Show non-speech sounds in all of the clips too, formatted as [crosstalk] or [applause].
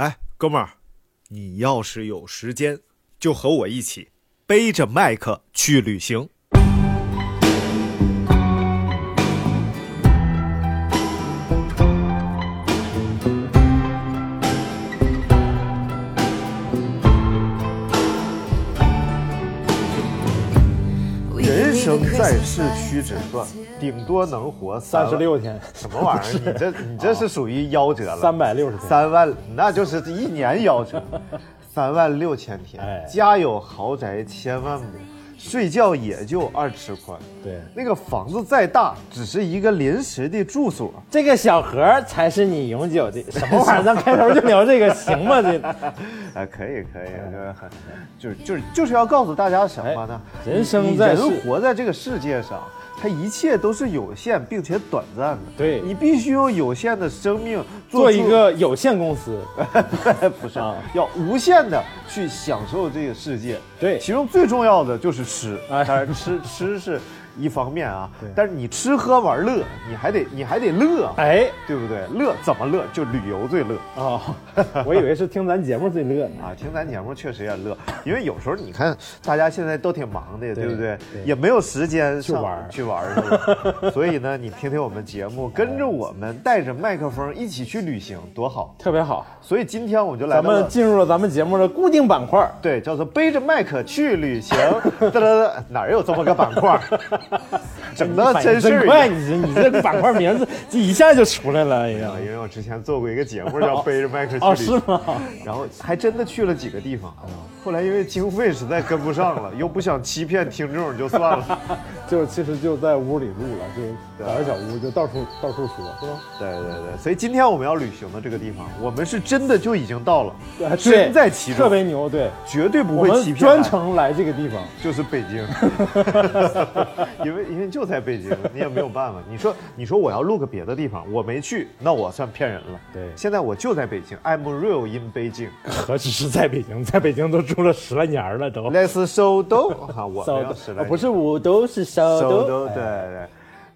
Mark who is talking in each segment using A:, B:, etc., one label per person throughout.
A: 哎
B: 哥们儿，你要是有时间，就和我一起背着麦克去旅行。
A: 人生在世屈指算，
B: 顶多能活
C: 三十，六天，
A: [laughs] 什么玩意儿？你这你这是属于夭折了。
C: 三百六十天，
A: 三万，那就是一年夭折，三万六千天。
C: 哎
A: 家有豪宅千万亩，睡觉也就二尺宽。
C: 对，
A: 那个房子再大，只是一个临时的住所。
C: 这个小盒儿才是你永久的。什么玩意儿？咱开头就聊这个，行吗？ [laughs] 这
A: [laughs] 哎，可以可以，就是很，就是就是就是要告诉大家什么呢？
C: 哎人生
A: 你
C: 在世
A: 人活在这个世界上，它一切都是有限并且短暂的。
C: 对
A: 你必须用有限的生命
C: 做
A: 出
C: 一个有限公司，
A: 不是，要无限的去享受这个世界。
C: 对
A: 其中最重要的就是吃，
C: 哎
A: 当然吃吃是一方面啊
C: 对，
A: 但是你吃喝玩乐，你还得你还得乐，啊
C: 哎，
A: 对不对？乐怎么乐？就旅游最乐
C: 哦， [laughs] 我以为是听咱节目最乐呢。
A: 啊！听咱节目确实也乐，因为有时候你看大家现在都挺忙的，对不对？
C: 对
A: 也没有时间
C: 去
A: 上
C: 玩儿
A: 去玩儿，是吧 [laughs] 所以呢，你听听我们节目，跟着我们，带着麦克风一起去旅行，多好！
C: 特别好，
A: 所以今天我们就来
C: 咱
A: 到了
C: 们进入了咱们节目的固定板块儿，
A: 对，叫做背着麦克去旅行。哒哒哒，哪儿有这么个板块儿？
C: [laughs]
A: 整的
C: 反应
A: 真是
C: 真快，你这你这个板块名字这一下就出来了，哎呀
A: 啊！，因为我之前做过一个节目叫《背着麦克去旅
C: 哦，
A: 行
C: 是》，吗？
A: 然后还真的去了几个地方。
C: 嗯
A: 后来因为经费实在跟不上了，又不想欺骗听众，就算
C: [laughs]
A: 了。
C: [laughs] 就其实就在屋里录了，就找个小屋就到处到处说，是吧？
A: 对对对，所以今天我们要旅行的这个地方，我们是真的就已经到了，
C: 啊对
A: 身在其
C: 特
A: 中，
C: 别牛，对，
A: 绝对不
C: 我
A: 会
C: 们
A: 欺骗大
C: 专
A: 家。
C: 程来这个地方，
A: 就是北
C: [laughs]
A: 京，因为因为就在北京，你也没有办法。你说你说我要录个别的地方，我没去，那我算骗人了。
C: 对
A: 现在我就在北京，I'm real in 北京。
C: 何止是在北京，在北京都住了十来年了都。
A: Let's show
C: [laughs]
A: do 哈，我没有十来
C: 啊
A: 年
C: 不是我都是烧
A: show
C: 呃都
A: do，对对。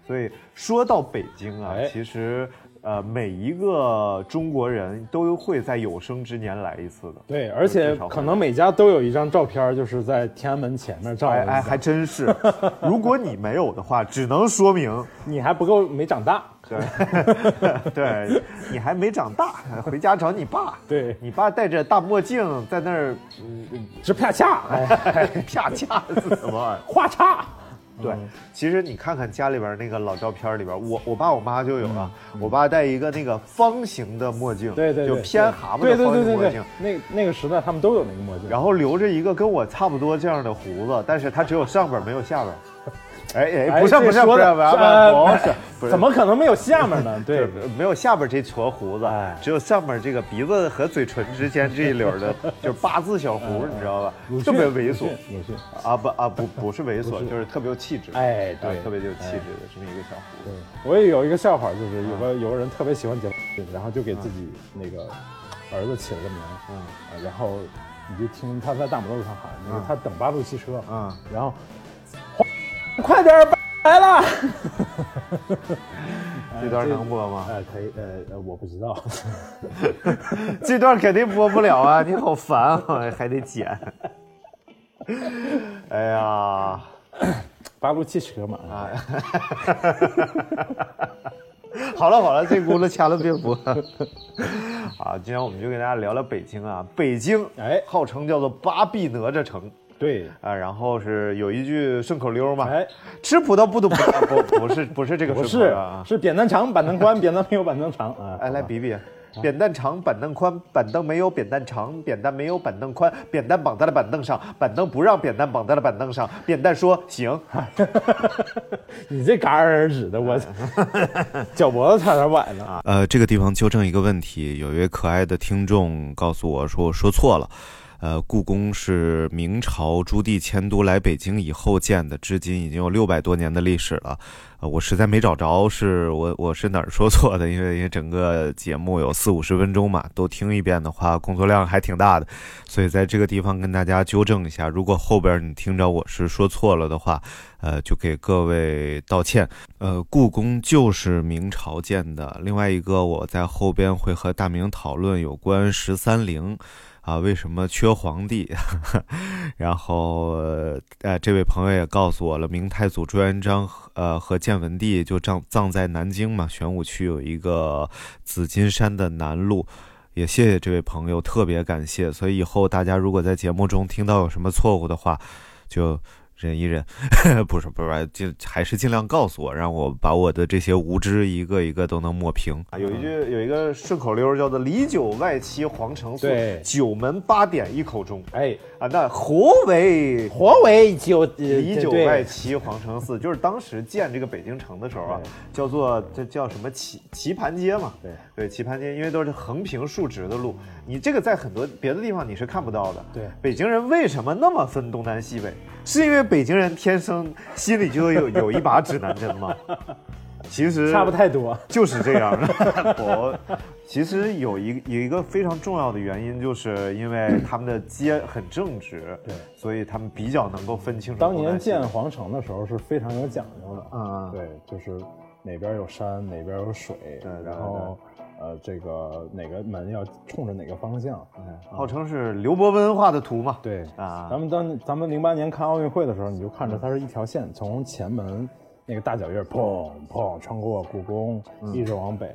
A: 所以说到北京啊
C: 哎，
A: 其实呃每一个中国人都会在有生之年来一次的。
C: 对，而且可能每家都有一张照片，就是在天安门前面照的。
A: 哎哎，还真是。
C: [laughs]
A: 如果你没有的话，只能说明
C: 你还不够没长大，
A: 对，对你还没长大，回家找你爸。
C: 对
A: 你爸戴着大墨镜在那
C: [laughs]
A: 儿，嗯，
C: 直啪嚓，哎，
A: 啪嚓是什么玩意儿？
C: 哗嚓，
A: [laughs]
C: 嗯
A: 对，其实你看看家里边那个老照片里边，我我爸我妈就有啊。我爸戴一个那个方形的墨镜，
C: 嗯对对对，
A: 就偏蛤蟆
C: 对
A: 的
C: 对
A: 方
C: 对
A: 形
C: 对
A: 墨
C: 对
A: 镜。，
C: 那那个时代他们都有那个墨镜。
A: 然后留着一个跟我差不多这样的胡子，但是他只有上边没有下边。哎哎，
C: 哎
A: 不是
C: 这
A: 不是
C: 说
A: 不是，
C: 的
A: 不是
C: 呃
A: 不是不是，
C: 怎么可能没有下
A: [laughs]
C: 面呢？对，
A: 就是没有下边这撮胡子
C: 哎，
A: 只有上面这个鼻子和嘴唇之间这一绺的，就是八字小胡，你知道吧
C: 鲁？
A: 特
C: 迅
A: 别猥琐
C: 鲁迅鲁迅
A: 啊不啊不不是猥琐，就是特别有气质。
C: 哎
A: 啊
C: 对
A: 特别有气质的这么一个小胡子。
C: 嗯我也有一个笑话，就是有个有个人特别喜欢结婚，然后就给自己那个儿子起了个名，嗯，然后你就听他在大马路上喊，那个他等八路汽车，
A: 嗯，
C: 然后快点儿来了，
A: 这段能播吗？
C: 呃，可以，呃，呃我不知 [laughs] 道，
A: 这 [laughs] 段肯定播不了啊！你好烦啊，还得剪。哎呀，
C: 八路汽车嘛，啊
A: 好了好了，这轱辘掐了别播。好，今天我们就跟大家聊聊北京啊，北京
C: 哎
A: 号称叫做八臂哪吒城。
C: 对，
A: 啊，然后是有一句顺口溜嘛，
C: 哎
A: 吃葡萄不吐葡萄，不不是不是这个顺
C: 不
A: 口
C: 是
A: 溜啊，
C: 是扁担长，板凳 [laughs] 宽，扁担没有板凳长啊，
A: 哎来比比，扁担长，板凳宽，板凳没有扁担长，扁担没有板凳宽，扁担绑在了板凳上，板凳不让扁担绑在了板凳上，扁担说行，
C: 你这戛然而止的，我 [laughs] 脚脖子差点崴了哎啊，
D: 呃，这个地方纠正一个问题，有一位可爱的听众告诉我说我说错了，呃，故宫是明朝朱棣迁都来北京以后建的，至今已经有六百多年的历史了。呃，我实在没找着是我我是哪儿说错的，因为因为整个节目有四五十分钟嘛，都听一遍的话，工作量还挺大的，所以在这个地方跟大家纠正一下，如果后边你听着我是说错了的话，呃，就给各位道歉。呃，故宫就是明朝建的，另外一个我在后边会和大明讨论有关十三陵。啊，为什么缺皇帝？ [laughs] 然后，呃，这位朋友也告诉我了，明太祖朱元璋呃和建文帝就葬葬在南京嘛，玄武区有一个紫金山的南路。也谢谢这位朋友，特别感谢。所以以后大家如果在节目中听到有什么错误的话，就忍一忍， [laughs] 不是不是，就还是尽量告诉我，让我把我的这些无知一个一个都能抹平。
A: 啊，有一句有一个顺口溜儿叫做“里九外七皇城宿
C: 对，
A: 九门八点一口钟”。
C: 哎，
A: 啊，那何为
C: 黄为九呃
A: 里九
C: 对
A: 外七皇城寺， [laughs] 就是当时建这个北京城的时候啊
C: 对，
A: 叫做这叫什么棋棋盘街嘛？
C: 对
A: 对，棋盘街，因为都是横平竖直的路，你这个在很多别的地方你是看不到的。
C: 对
A: 北京人为什么那么分东南西北？是因为北京人天生心里就有有一把指南针吗？ [laughs] 其实
C: 差不太多。
A: 就是这
C: [laughs]
A: 样的。我其实有一有一个非常重要的原因，就是因为他们的街很正直，
C: 对
A: 所以他们比较能够分清楚。
C: 当年建，皇城的时候是非常有讲究的，啊
A: 嗯
C: 对，就是哪边有山，哪边有水，
A: 对对
C: 然后呃，这个哪个门要冲着哪个方向，
A: 号称是刘伯温画的图嘛。
C: 对
A: 嗯啊
C: 咱们当咱们零八年看奥运会的时候，你就看着它是一条线，从前门那个大脚印儿砰砰穿过故宫，
A: 嗯
C: 一直往北，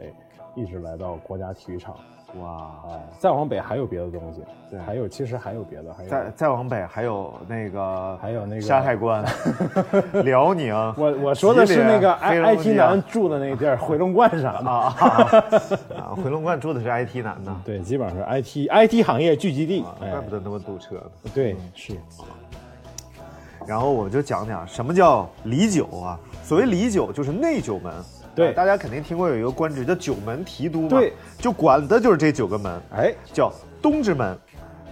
C: 一直来到国家体育场，
A: 哇，
C: 哎，再往北还有别的东西，
A: 对
C: 还有其实还有别的，还有
A: 再再往北还有那个，
C: 还有那个
A: 山海
C: [laughs]
A: 关、辽宁。
C: 我我说的是
A: 吉
C: 那个
A: 林啊
C: I
A: 黑
C: I T
A: 龙江
C: 男住的那个地儿，回龙观啥的。
A: 啊啊啊啊！回龙观住的是 IT 男呢，
C: 对，基本上是 I T I T 行业聚集地。哎
A: 怪不得那么堵车呢。
C: 对，是
A: 然后我们就讲讲什么叫里九啊？所谓里九就是内九门，
C: 对
A: 啊大家肯定听过有一个官职叫九门提督嘛，
C: 对，
A: 就管的就是这九个门，
C: 哎，
A: 叫东直门、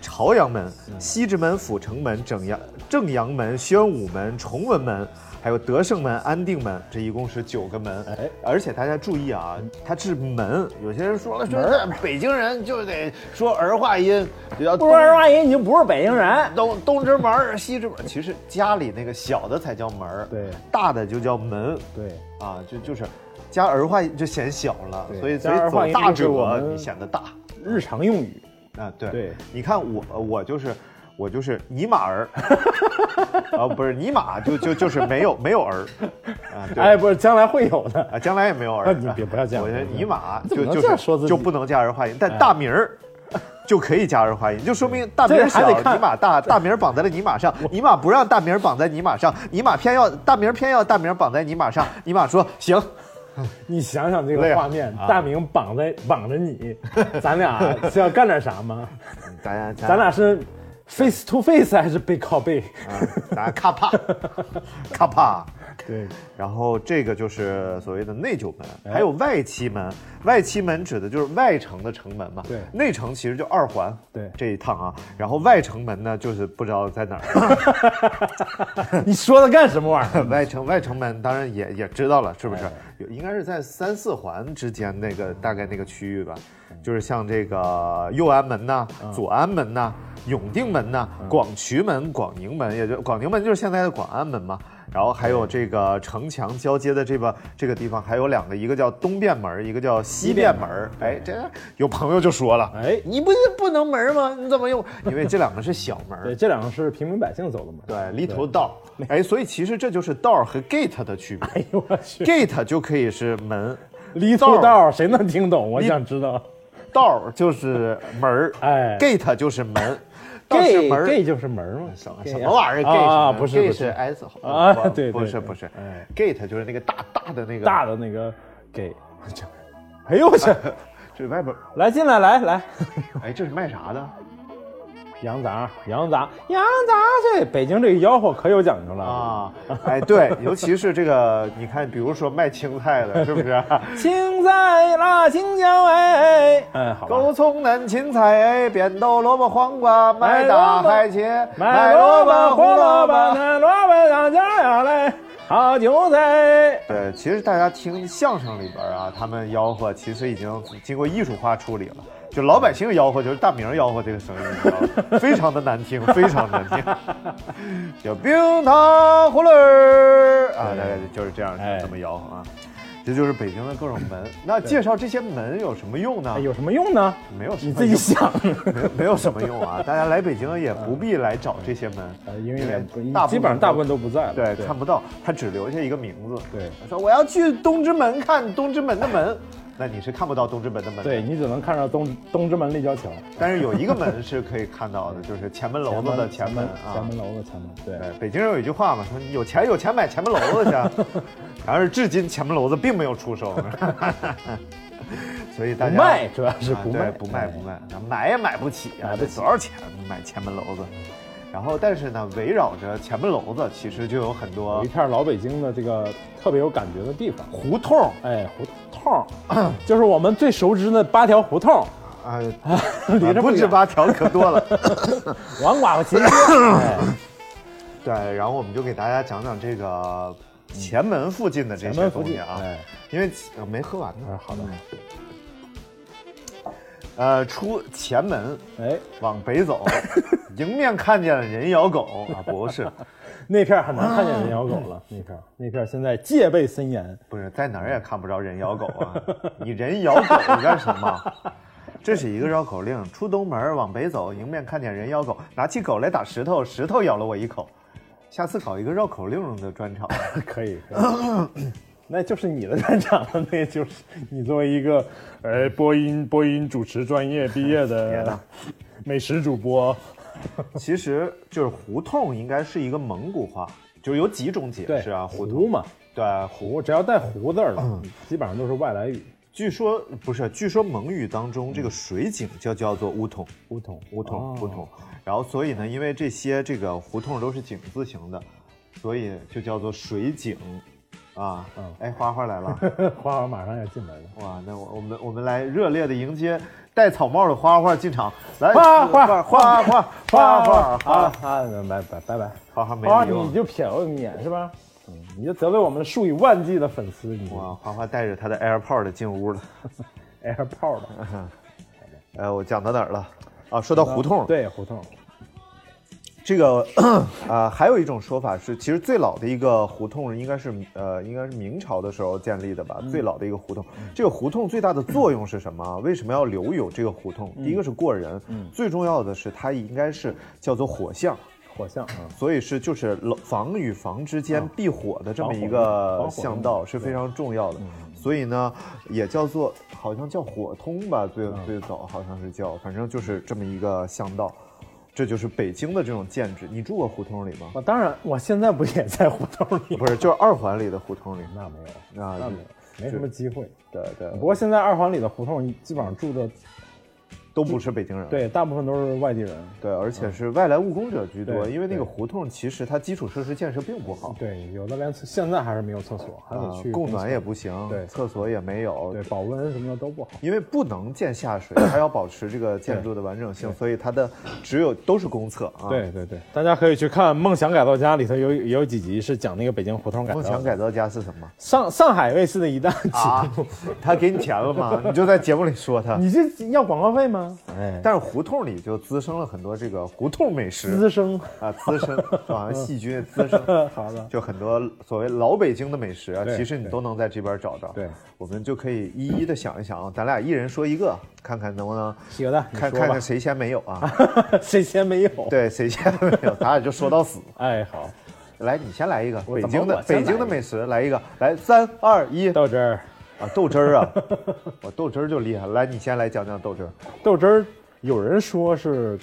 A: 朝阳门、
C: 嗯
A: 西直门、阜成门、正阳正阳门、宣武门、崇文门。还有德胜门、安定门，这一共是九个门。
C: 哎
A: 而且大家注意啊，它是门。有些人说了，说北京人就得说儿化音，就要东
C: 万一你就不是北京人。
A: 东东直门儿、西直门儿，其实家里那个小的才叫门儿，
C: 对
A: 大的就叫门
C: 对，
A: 啊，就就是加儿化音就显小了，
C: 对
A: 所以所
C: 加
A: 以
C: 儿化
A: 走
C: 音
A: 大
C: 就是我
A: 者
C: 们
A: 你显得大
C: 日常用语。
A: 啊，对
C: 对
A: 你看我我就是我就是尼玛儿， [laughs] 啊不是尼玛就就就是没有没有儿 [laughs] 啊，对
C: 哎，不是，将来会有的。
A: 啊，将来也没有儿
C: 啊
A: 子。
C: 你别不要这样
A: 我觉得尼玛就
C: 怎么能
A: 就
C: 这样
A: 是
C: 说自己哎
A: 就不能加儿化音，但大名儿。 [laughs] 就可以加儿化音，就说明大名儿
C: 这还
A: 小，
C: 得看
A: 尼玛大，大名儿绑在了尼玛上，尼玛不让大名儿绑在尼玛上，尼玛偏要大名儿偏要大名儿绑在尼玛上，尼玛说行，
C: 你想想这
A: 累
C: 个
A: 啊
C: 画面，大明绑在绑着你，咱俩是要干点啥吗？
A: 咱咱
C: 咱俩是 face to face 还是背靠背？
A: 啊咱咔
C: [laughs]
A: 啪咔啪，
C: 对，
A: 然后这个就是所谓的内九
C: 哎
A: 门，还有外七门。外七门指的就是外城的城门嘛。
C: 对
A: 内城其实就二环。
C: 对
A: 这一趟啊，然后外城门呢，就是不知道在哪儿。
C: [laughs] 你说它干什么
A: [laughs]
C: 玩意儿？
A: 外城外城门当然也也知道了，是不是？有应该是在三四环之间那个大概那个区域吧，就是像这个右安门呐、左安门呐、永定门呐、广渠门、广宁门，也就广宁门就是现在的广安门嘛。然后还有这个城墙交接的这个这个地方，还有两个，一个叫东便门，一个叫西便门。哎，这有朋友就说了，
C: 哎
A: 你不是不能门吗？你怎么 [laughs] 用？因为这两个是小门，
C: 对，这两个是平民百姓走的门。哎
A: 对，犁头道
C: [laughs]
A: 儿，哎，所以其实这就是道儿和 gate 的区别。
C: 哎呦我去，
A: gate 就可以是门，
C: 离
A: 道
C: 头道儿谁能听懂？我想知道。
A: 道儿就是门儿，
C: 哎
A: ，gate 就是门，道是
C: gay
A: 门儿
C: gay 就是门儿嘛，
A: 什么
C: gay
A: 什
C: 啊
A: 么玩意儿
C: 啊
A: ？gate
C: 啊
A: 呢
C: 不是
A: gate
C: 不
A: 是
C: 是
A: s
C: 啊
A: 不
C: 对对
A: 不是
C: 对
A: 不是
C: 哎
A: ，gate 就是那个大大的那个
C: 大，的那个 gay，哎呦我去， [laughs]
A: 这外边儿，
C: 来进来来来，
A: 哎，这是卖啥的？
C: 羊杂、羊杂、羊杂碎，北京这个吆喝可有讲究了！ [laughs]
A: 啊，哎，对，尤其是这个，你看，比如说卖青菜的，是不
C: [laughs]
A: 是？
C: 青菜、辣青椒，哎，嗯，好吧
A: 高葱、南芹菜、哎扁豆、萝卜、黄瓜，买大海茄，
C: 买萝卜、胡萝卜、
A: 卜。
C: 南萝卜、大家呀嘞，好韭菜。
A: 对，其实大家听相声里边啊，他们吆喝其实已经经过艺术化处理了。就老百姓吆喝，就是大明吆喝这个声音，你知道吗？非常的难听，非常难听。叫冰糖葫芦儿啊，大概就是这样，
C: 哎
A: 这么吆喝啊。这就是北京的各种门。那介绍这些门有什么用呢
C: 哎？有什么用呢？
A: 没有什么
C: 你自己
A: 用
C: 想。
A: 没有没有什么用啊，大家来北京也不必来找这些门，
C: [laughs] 呃，因为
A: 大
C: 基本上大部分
A: 都
C: 都不在了。
A: 对看不到，他只留下一个名字。
C: 对
A: 他说我要去东直门看东直门的门，那你是看不到东直门的门的。
C: 对，你只能看到东东直门立交桥
A: 但是有一个门是可以看到的，就是前门楼子的前门啊。
C: 前门楼子前门。对，
A: 对，北京人有一句话嘛，说你有钱有钱买前门楼子去啊，然而至今前门楼子并没有出售， [laughs] 所以大
C: 不
A: 家
C: 卖主要是哎
A: 啊
C: 不
A: 对
C: 卖，
A: 不卖不卖，买也买不起啊，
C: 买不起
A: 多少钱买前门楼子？然后，但是呢，围绕着前门楼子，其实就有很
C: 有
A: 多
C: 一片老北京的这个特别有感觉的地方。
A: 胡同
C: 哎，胡同儿，就是我们最熟知的八条胡同儿，
A: 啊，
C: [laughs] 离着
A: 不止
C: 远，
A: 八条，可多了。
C: 王寡妇秦街，哎
A: 对，然后我们就给大家讲讲这个前门附近的这
C: 前
A: 些
C: 门附
A: 东西
C: 近
A: 啊，
C: 哎，
A: 因为呃没喝完呢。
C: 嗯好的，
A: 呃，出前门
C: 哎，
A: 往北
C: [laughs]
A: 走，迎面看见了人咬狗啊，不
C: [laughs]
A: 是，
C: 那片儿很难看见人咬狗了，那片儿那片儿现在戒备森
A: [laughs]
C: 严，
A: 不是，在哪儿也看不着人咬狗
C: [laughs]
A: 啊！你人咬狗干什么？这是一个绕口令：出东门往北走，迎面看见人咬狗，拿起狗来打石头，石头咬了我一口。下次搞一个绕口令的专场，
C: 可以，可以那就是你的专场了，那就是你作为一个呃播音播音主持专业毕业的美食主播，
A: 其实就是胡同应该是一个蒙古话，就是有几种解释啊。胡
C: 胡
A: 同
C: 嘛，
A: 对胡，
C: 胡只要带胡字儿的，基本上都是外来语，
A: 据说不是，据说蒙语当中这个水井就叫做乌桶。
C: 胡同
A: 胡同
C: 嗯哦
A: 胡同。然后所以呢，因为这些这个胡同都是井字形的，所以就叫做水井。啊
C: 嗯，
A: 哎，花花来了，
C: 花儿马上要进门了。
A: 哇，那我我们我们来热烈的迎接戴草帽的花花进场，来，
C: 花花
A: 花花花花花
C: 啊
A: 花
C: 啊！拜拜拜拜，
A: 花花没
C: 花儿
A: 理我
C: 你就瞥我一眼是吧？嗯，你就责备我们数以万计的粉丝，你
A: 哇，花花带着他的 AirPod 进屋了。
C: AirPod 的
A: 哎，我讲到哪儿了？啊，说到胡同，
C: 对胡同，
A: 这个啊，还有一种说法是，其实最老的一个胡同应该是呃，应该是明朝的时候建立的吧，最老的一个胡同。这个胡同最大的作用是什么啊？为什么要留有这个胡同？第一个是过人，最重要的是它应该是叫做火巷，
C: 火巷啊，
A: 所以是就是楼房与房之间避火的这么
C: 防火
A: 一
C: 防
A: 个
C: 火
A: 巷道是非常重要的。
C: 嗯
A: 所以呢，也叫做好像叫火通吧，最
C: 啊
A: 最早好像是叫，反正就是这么一个巷道。这就是北京的这种建制。你住过胡同里吗？
C: 我当然我现在不也在胡同里？
A: 不是，就是二环里的胡同里。
C: 那没有，
A: 啊，
C: 那没有，没什么机会。嗯
A: 对对，
C: 不过现在二环里的胡同基本上住的，
A: 都不是北京人。
C: 对，大部分都是外地人。
A: 对，而且是外来务工者居多，
C: 对
A: 因为那个
C: 对
A: 胡同其实它基础设施建设并不好，
C: 对，有的连厕现在还是没有厕所，还
A: 啊
C: 得去，
A: 供暖也不行，
C: 对
A: 厕所也没有，
C: 对，保温什么的都不好。
A: 因为不能建下
C: [coughs]
A: 水，它要保持这个建筑的完整性，所以它的只有都是公厕啊。，
C: 对对对，大家可以去看《梦想改造家》里头有有几集是讲那个北京胡同改造
A: 梦
C: 的。
A: 想改造啊家是什么？
C: 上上海卫视的一档 [laughs] 节目，
A: 他给你钱了吗？你就在节目里说他。
C: 你这要广告费吗？哎，
A: 但是胡同里就滋生了很多这个胡同美食
C: 滋生，
A: 啊，滋生，
C: [laughs]
A: 好像细菌滋生，
C: 好的，
A: 就很多所谓老北京的美食啊，
C: 对
A: 其实你
C: 对
A: 都能在这边找着。
C: 对，
A: 我们就可以一一的想一想啊，咱俩一人说一个，看看能不能
C: 行的，你
A: 看
C: 说
A: 看
C: 吧
A: 看谁先没有啊？
C: [laughs] 谁先没有？
A: 对，谁先没有，咱俩就说到死。
C: 哎，好，
A: 来，你先来一个
C: 我
A: 北
C: 怎么
A: 京的
C: 我先来
A: 北
C: 一个
A: 京的美食，来一个，来三二一
C: 到这儿，
A: [laughs] 啊，豆汁儿 [laughs] 啊，我豆汁儿就厉害了。来，你先来讲讲豆汁儿。
C: 豆汁儿，有人说是，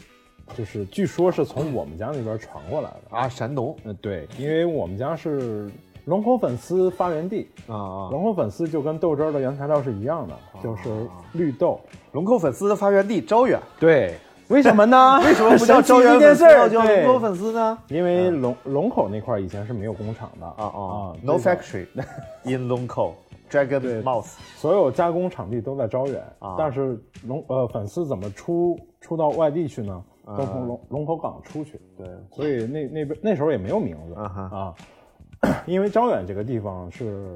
C: 就是据说是从我们家那边传过来的。
A: 啊，山东
C: 嗯，对，因为我们家是龙口粉丝发源地，
A: 啊啊，
C: 龙口粉丝就跟豆汁儿的原材料是一样的，就是绿豆。
A: [laughs] 龙口粉丝的发源地招远，
C: 对，为什么
A: [laughs]
C: 呢？
A: 为什么不叫招
C: [laughs] 神奇
A: 人
C: 一件
A: 粉丝，
C: 事
A: 要
C: 儿？
A: 叫
C: 对
A: 龙沟粉丝呢？
C: 因为龙龙口那块儿以前是没有工厂的啊
A: 哦
C: 啊
A: ，No
C: 这个
A: factory [laughs] in Lonko Dragon
C: 对
A: Mouth
C: 所有加工场地都在招远
A: 啊
C: 但是龙呃粉丝怎么出出到外地去呢？都从龙龙口港出去，
A: 啊对
C: 所以那那边那时候也没有名字
A: 啊哈
C: 啊， [coughs] 因为招远这个地方是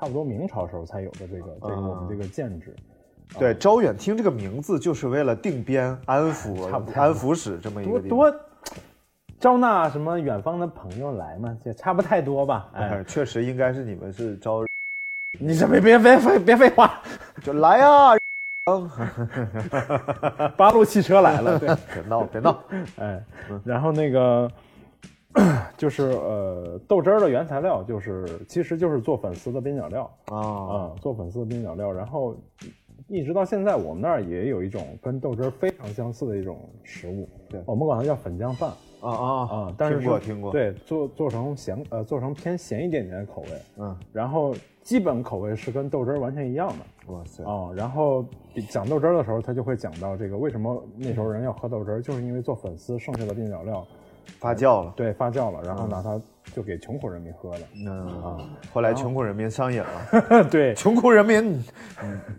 C: 差不多明朝时候才有的这个
A: 啊
C: 这个我们这个建制，
A: 对，招远听这个名字就是为了定边安抚
C: 差不多
A: 安抚使这么一
C: 多
A: 个地方。
C: 多招纳什么远方的朋友来嘛，也差不太多吧？哎
A: 哎，，确实应该是你们是招，
C: 你这别别别废别废话，
A: 就来啊呀、
C: [laughs] 八路汽车来了，对。
A: 别闹别闹，
C: [laughs] 哎，然后那个 [clears throat] 就是呃，豆汁儿的原材料就是其实就是做粉丝的边角料啊、
A: 啊
C: 做粉丝的边角料。然后一直到现在，我们那儿也有一种跟豆汁儿非常相似的一种食物，
A: 对
C: 我们管它叫粉浆饭
A: 啊啊
C: 啊、但是
A: 听过
C: 是
A: 听过，，
C: 对，做做成咸呃，做成偏咸一点点的口味，
A: 嗯，
C: 然后基本口味是跟豆汁儿完全一样的。
A: 哇塞，
C: 哦，然后讲豆汁儿的时候，他就会讲到这个为什么那时候人要喝豆汁儿，就是因为做粉丝剩下的边角料，
A: 发酵了。
C: 对，发酵了，然后拿它就给穷苦人民喝的。
A: 嗯，后来穷苦人民上瘾了， [laughs]
C: [laughs] 对，
A: 嗯穷苦人民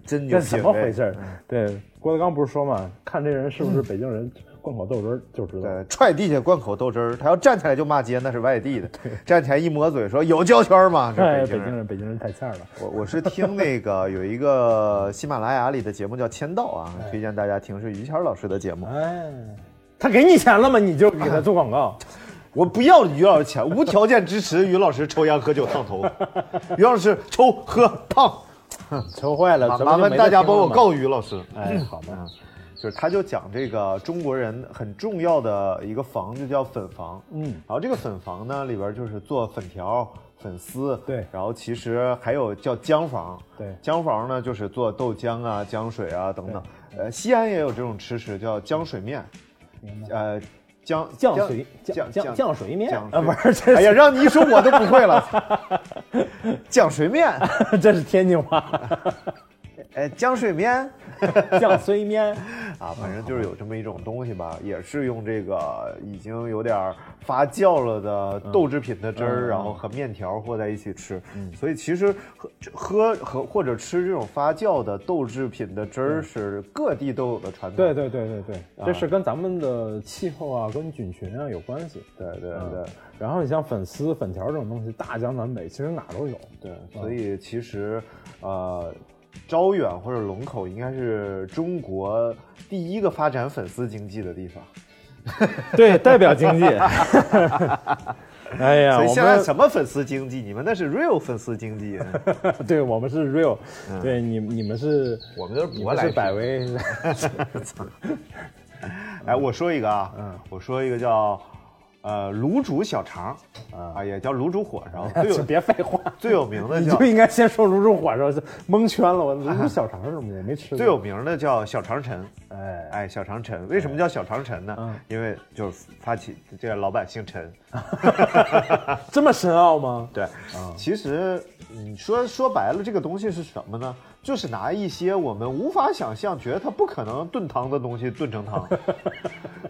A: 真有
C: 这
A: 品
C: 怎
A: 嗯
C: 么回
A: 味。
C: 事儿？对，郭德纲不是说嘛，看这人是不是北京人，灌口豆汁儿就知道。
A: 对，踹地下灌口豆汁儿，他要站起来就骂街，那是外地
C: [laughs]
A: 的。站起来一抹嘴说有胶圈吗？这北
C: 哎，北
A: 京
C: 京
A: 人。
C: 人，北京人太欠了。
A: 我我是听那个有一个喜马拉雅里的节目叫《签到》啊，推荐大家听，是于谦儿老师的节目。
C: 哎，他给你钱了吗？你就给他做
A: [laughs]
C: 广告？
A: 我不要于老师钱，无条件支持于老师抽烟喝酒烫头。于老师抽喝
C: [laughs]
A: 烫，
C: 愁坏了，
A: 麻
C: 咱
A: 麻
C: 们就
A: 烦
C: 没
A: 大
C: 得
A: 家
C: 听
A: 帮
C: 了
A: 我
C: 嘛。
A: 告于老师。 [clears throat]
C: 哎，好吧，
A: 就是他就讲这个中国人很重要的一个房，就叫粉房。嗯，然后这个粉房呢，里边就是做粉条、粉丝，
C: 对
A: 然后其实还有叫浆房，
C: 对
A: 浆房呢就是做豆浆啊、浆水啊等等。呃，西安也有这种吃食叫浆水面，呃，浆
C: 嗯酱水酱
A: 酱
C: 酱酱水面
A: 酱
C: 啊，不是，
A: 水哎
C: 这
A: 呀，让你一说我都不会了。 [laughs] 浆水面，
C: 是这是天津话。
A: [laughs] 哎，浆水面。
C: 酱碎面，
A: 啊，反正就是有这么一种东西吧，也是用这个已经有点儿发酵了
C: 嗯
A: 的豆制品的汁儿，然后和面条和在一起吃。所以其实喝喝和或者吃这种发酵的豆制品的汁儿是各地都有的传统。
C: 嗯对对对对对，
A: 啊
C: 这是跟咱们的气候啊、跟菌群啊有关系。
A: 对对
C: 嗯
A: 对。
C: 然后你像粉丝、粉条这种东西，大江南北其实哪
A: [laughs]
C: 儿都有。
A: 对，所以其实，呃，招远或者龙口应该是中国第一个发展粉丝经济的地方。
C: 对，代表
A: [laughs]
C: 经济。哎呀，
A: 所以
C: 我
A: 现在
C: 们
A: 什么粉丝经济？你们那是 real 粉丝经济，
C: 对我们是 real，对你你们
A: [laughs]
C: 是，
A: 嗯我们都是
C: 你
A: 舶
C: 们
A: 来
C: 是
A: 品
C: 百威，
A: 哎，我说一个啊，我说一个叫呃卤煮小肠儿啊，也叫卤煮火 [laughs] 烧，最
C: [laughs]
A: 有
C: 别废话，
A: 最有名的
C: 你
A: 叫
C: 就应该先说卤煮火烧，蒙圈了。我卤煮小肠是什么的没吃过。
A: 最有名的叫小肠陈，
C: 哎，
A: 哎，嗯小肠陈为什么叫小肠陈呢？因为就是发起这个老板姓陈，
C: 这么深奥吗？
A: 对，
C: 啊
A: 其实你说说白了，这个东西是什么呢？就是拿一些我们无法想象、觉得它不可能炖汤的东西炖成
C: [laughs]
A: 汤，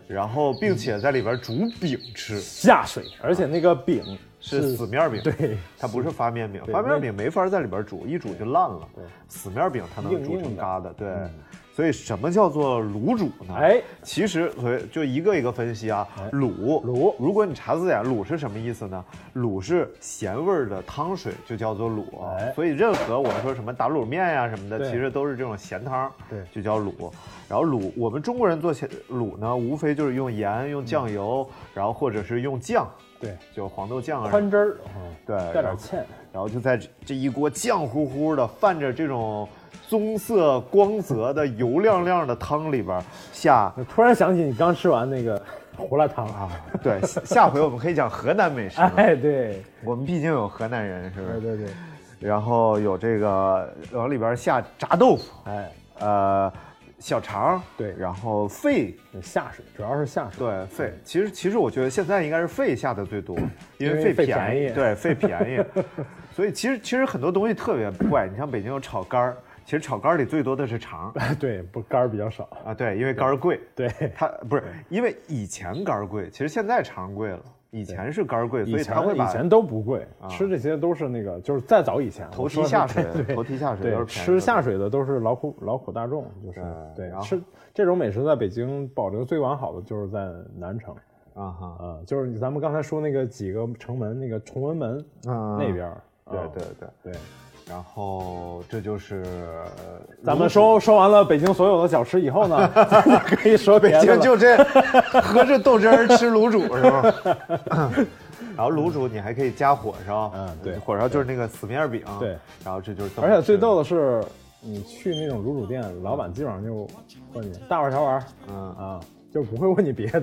A: 然后并且在里边煮饼吃，
C: 下水，而且那个饼
A: 是死面饼，
C: 对，
A: 它不是发面饼，
C: 对
A: 发面饼没法在里边煮，一煮就烂了。死面饼它能
C: 硬
A: 煮成
C: 硬的嗯
A: 疙瘩，对。所以什么叫做卤煮呢？
C: 哎
A: 其实所以就一个一个分析啊，卤
C: 卤
A: 如果你查字典，卤是什么意思呢？卤是咸味儿的汤水，就叫做卤。
C: 哎
A: 所以任何我们说什么打卤面呀、什么的，
C: 对
A: 其实都是这种咸汤，
C: 对
A: 就叫卤。然后卤，我们中国人做咸卤呢，无非就是用盐、用酱油，然后或者是用酱，
C: 对，
A: 就黄豆酱啊什么的，
C: 嗯宽汁儿，嗯
A: 对，然
C: 带点
A: 后
C: 芡。
A: 然后就在这这一锅酱乎乎的、泛着这种棕色光泽的、油亮亮的汤里边下，
C: 我突然想起你刚吃完
A: [laughs]
C: 那个胡辣汤啊，
A: 对，下下回我们可以讲河南美
C: [laughs]
A: 食了。
C: 哎，对，
A: 我们毕竟有河南人，是不
C: 对
A: 是？
C: 对对，
A: 然后有这个往里边下炸豆腐，
C: 哎，
A: 呃，小肠，
C: 对
A: 然后肺，
C: 下水主要是
A: [laughs]
C: 下水，
A: 对肺，其实其实我觉得现在应该是肺下的最多，因
C: 因
A: 为
C: 为
A: 肺
C: 肺
A: 便
C: 便宜
A: [laughs] 对肺便宜，所以其实其实很多东西特别怪，你像北京有炒肝儿，其实炒肝儿里最多的是肠
C: [laughs]
A: 儿
C: 对，不肝儿比较少，
A: 啊，对，因为肝儿贵。
C: [laughs] 对，
A: 它不是因为以前肝儿贵，其实现在肠儿贵了，以前是肝儿贵，所
C: 以
A: 以他会
C: 前以
A: 把啊
C: 前都不贵，吃这些都是那个，就是再早以前
A: 头
C: 我
A: 提
C: 说
A: 下
C: 是
A: 水
C: 对，
A: 头提下水都是便宜的
C: 对，吃下水的都是劳苦劳苦大众，就是对
A: 然后
C: 吃这种美食在北京保留最完好的就是在南城
A: 啊哈，
C: 啊，就是咱们刚才说那个几个城门，那个崇文门
A: 嗯
C: 那边儿，
A: 对
C: 啊
A: 对对，
C: 对，
A: 然后这就是呃
C: 咱们说说完了北京所有的小吃以后呢，咱们可以说别
A: [laughs] 北京
C: 的了
A: 就这，喝着豆汁儿吃卤煮是吗？ [laughs] 然后卤煮你还可以加火烧，
C: 嗯对
A: 火烧就是那个死面饼，
C: 对，
A: 然后这就是这么
C: 而且最
A: 吃
C: 逗的是，你去那种卤煮店，老板基本上就问你大碗小碗，
A: 嗯
C: 啊，就不会问你别的。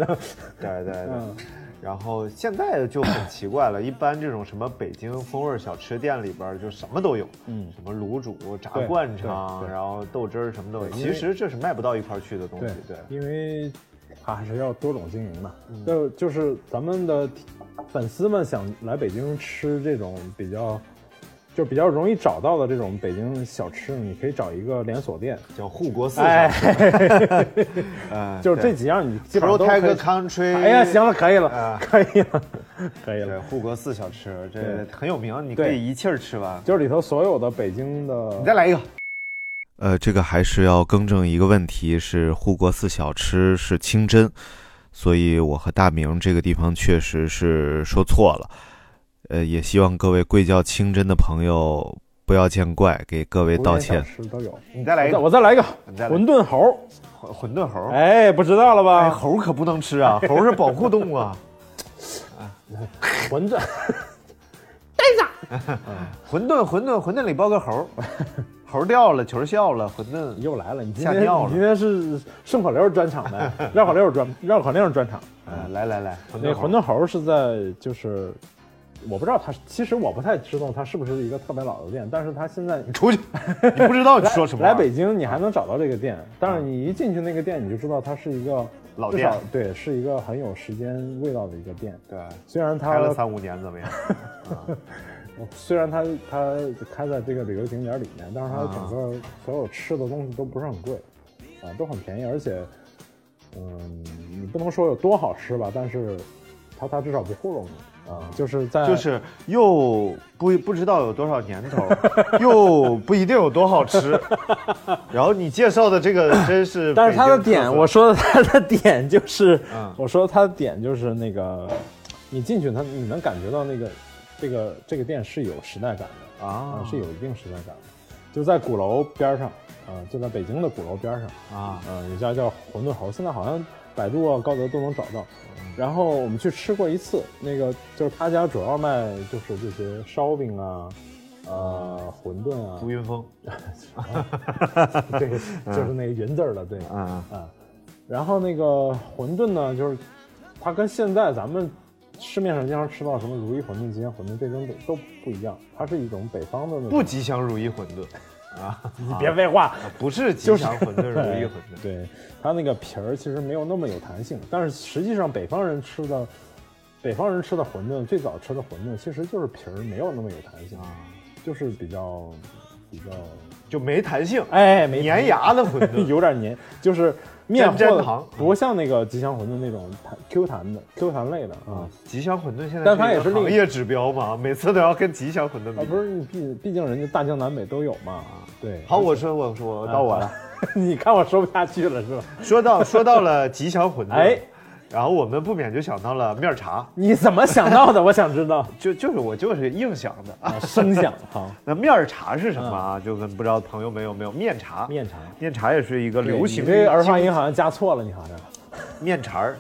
A: 对对对。
C: [laughs] 嗯
A: 然后现在就很奇怪了，一般这种什么北京风味小吃店里边儿就什么都有，
C: 嗯
A: 什么卤煮、炸
C: 对
A: 灌
C: 对
A: 肠，
C: 对
A: 然后豆汁儿什么都有。
C: 因
A: 其
C: 为
A: 实这是卖不到一块儿去的东西，对。嗯
C: 因为它还是要多种经营的。就就是咱们的粉丝们想来北京吃这种比较。就比较容易找到的这种北京小吃，你可以找一个连锁店，
A: 叫护国寺，
C: 哎， [laughs]
A: 哎
C: 就是这
A: 对
C: 几样你基本
A: Pro
C: 上都
A: Tiger
C: 可以。
A: Country，
C: 哎呀，行了，可以了
A: 啊，
C: [laughs] 可以了，可以了
A: 对，。护国寺小吃这
C: 对
A: 很有名，你可
C: 对
A: 以一气儿吃完。
C: 就是里头所有的北京的，
A: 你再来一个，
D: 呃，这个还是要更正一个问题，是护国寺小吃是清真，所以我和大明这个地方确实是说错了。呃，也希望各位贵叫清真的朋友不要见怪，给各位道歉。
C: 吃都有。
A: 你再来一个，
C: 我再来一个
A: 你再来一
C: 馄
A: 个
C: 饨猴，
A: 馄馄饨猴。
C: 哎，不知道了
A: 哎，
C: 吧？
A: 猴可不能吃
C: [laughs]
A: 啊，猴是保护动物啊。
C: 馄饨，
A: 馄饨，馄饨，馄饨里包个
C: [laughs]
A: 猴，猴掉了，球笑了，馄饨
C: 你又来了，你今
A: 吓
C: 天
A: 尿了
C: 你今天是顺口溜专场
A: [laughs]
C: 呗，绕口溜专绕口溜专场。
A: 啊，来来来，馄
C: 那馄饨猴是在就是，我不知道它，其实我不太知道它是不是一个特别老的店，但是它现在
A: 出去，你不知道你说什么玩啊意
C: 来
A: 儿。
C: 北京你还能找到这个店，但是你一进去那个店你就知道它是一个
A: 老
C: 至少
A: 店
C: 对，是一个很有时间味道的一个店。
A: 对，
C: 虽然它
A: 开了三五年怎么样？
C: 虽然它它开在这个旅游景点里面，但是
A: 啊
C: 它整个所有吃的东西都不是很贵，啊，都很便宜，而且，嗯，你不能说有多好吃吧，但是它它至少不糊弄你啊，就是在
A: 就是又不不知道有多少年
C: [laughs]
A: 头，又不一定有多好吃。然后你介绍的这
C: [laughs]
A: 个真是北京特色，
C: 但是它的点，我说的它的点就是，
A: 嗯
C: 我说它的点就是那个，你进去它你能感觉到那个这个这个店是有时代感的，啊
A: 啊，
C: 是有一定时代感的，就在鼓楼边儿上，啊、就在北京的鼓楼边儿上，
A: 啊
C: 啊、有家叫馄饨侯，现在好像百度啊、高德都能找到。然后我们去吃过一次，那个就是他家主要卖就是这些烧饼啊，呃，馄饨啊，
A: 胡云峰，
C: [laughs] 对，就是那个云字儿了，对啊、
A: 嗯，
C: 然后那个馄饨呢，就是它跟现在咱们市面上经常吃到什么如意馄饨、吉祥馄饨这种都都不一样，它是一种北方的那种。
A: 不吉祥如意馄饨，
C: 你别废话，
A: 啊不是吉
C: 就是
A: 祥
C: [laughs]
A: 馄饨，如意馄饨。
C: 对，它那个皮儿其实没有那么有弹性，但是实际上北方人吃的，北方人吃的馄饨，最早吃的馄饨其实就是皮儿没有那么有弹性，啊就是比较比较
A: 啊就没弹性，
C: 哎没
A: 粘牙的馄饨。
C: 有点黏，就是面
A: 粘
C: 和
A: 糖
C: 不像那个吉祥馄饨那种弹 Q 弹的 Q 弹类的啊。
A: 吉祥馄饨现在，
C: 但它也是另
A: 行业指标嘛，每次都要跟吉祥馄饨
C: 啊，
A: 比。
C: 不是，你毕毕竟人家大江南北都有嘛，对。
A: 好，我说我说我到我了
C: 啊。， [laughs] 你看我说不下去了是吧？
A: 说到说到了吉祥馄饨，
C: 哎，
A: 然后我们不免就想到了面茶，
C: 你怎么想到的？我想知道。
A: 就就是我就是硬想的啊。
C: [laughs] 啊，声响好，
A: 那面茶是什么啊？就跟不知道朋友们有没有面茶？
C: 嗯面茶
A: 面茶也是一个流行
C: 你这儿化音好像加错了，你好像
A: 面茶儿，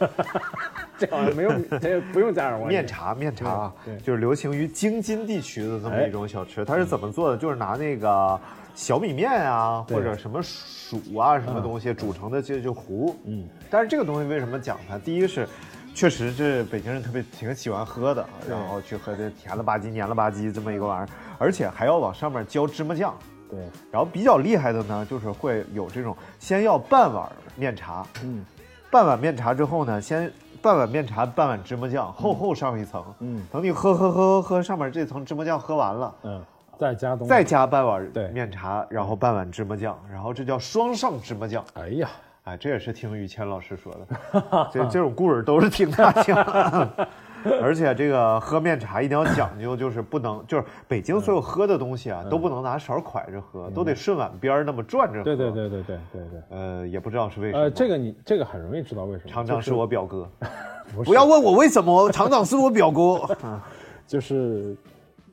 C: [laughs] 这好 [laughs] 像没有，这不用加儿化音
A: 面茶面茶啊
C: 对对
A: 就是流行于京津地区的这么
C: 哎
A: 一种小吃。它是怎么做的？就是拿那个小米面啊，
C: 对
A: 或者什么黍啊，什么东西煮成的这就糊。
C: 嗯，
A: 但是这个东西为什么讲它？第一是。确实，这北京人特别挺喜欢喝的，然后去喝这甜了吧唧、黏了吧唧这么一个玩意儿，而且还要往上面浇芝麻酱。
C: 对，
A: 然后比较厉害的呢，就是会有这种先要半碗面茶，
C: 嗯
A: 半碗面茶之后呢，先半碗面茶，半碗芝麻酱，厚厚上一层。
C: 嗯
A: 等你喝喝喝喝喝，上面这层芝麻酱喝完了，
C: 嗯，再加东西
A: 再加半碗
C: 对
A: 面茶，然后半碗芝麻酱，然后这叫双上芝麻酱。
C: 哎呀，
A: 哎，这也是听于谦老师说
C: [laughs]
A: 的，这这种故事都是听他讲。 [laughs] 而且这个喝面茶一定要讲究，就是不能就是北京
C: 嗯
A: 所有喝的东西啊，都不能拿勺蒯着喝，都得顺碗边儿那么转着喝。
C: 对对。对对对对对，
A: 呃，也不知道是为什么。
C: 呃，这个你这个很容易知道为什么，
A: 厂长
C: 就是
A: 我表哥，
C: 不是
A: 不要问我为什么，厂长是我表哥。啊
C: 就是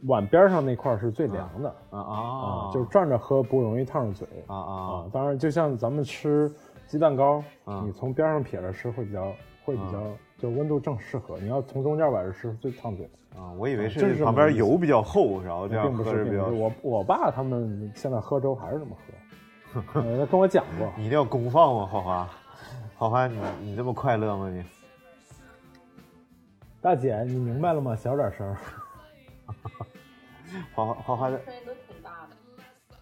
C: 碗边上那块儿是最凉的
A: 啊
C: [laughs] 啊
A: 啊，
C: 就是转着喝不容易烫着嘴
A: 啊啊
C: 啊。当然，就像咱们吃鸡蛋糕
A: 啊，
C: 你从边上撇着吃会比较会比较，就温度正适合。你要从中间崴着吃最烫嘴，
A: 啊！我以为
C: 就是
A: 是
C: 这么
A: 旁
C: 个
A: 边
C: 意思
A: 油比较厚，然后这样
C: 并不
A: 喝
C: 是
A: 着比
C: 并
A: 较
C: 不是。。我我爸他们现在喝粥还是这么
A: [laughs]
C: 喝，呃他跟我讲过，
A: 你一定要公放吗？花花，花花，你你这么快乐吗你？
C: 大姐你明白了吗？小点声儿
A: 花花花花的
E: 声音都挺大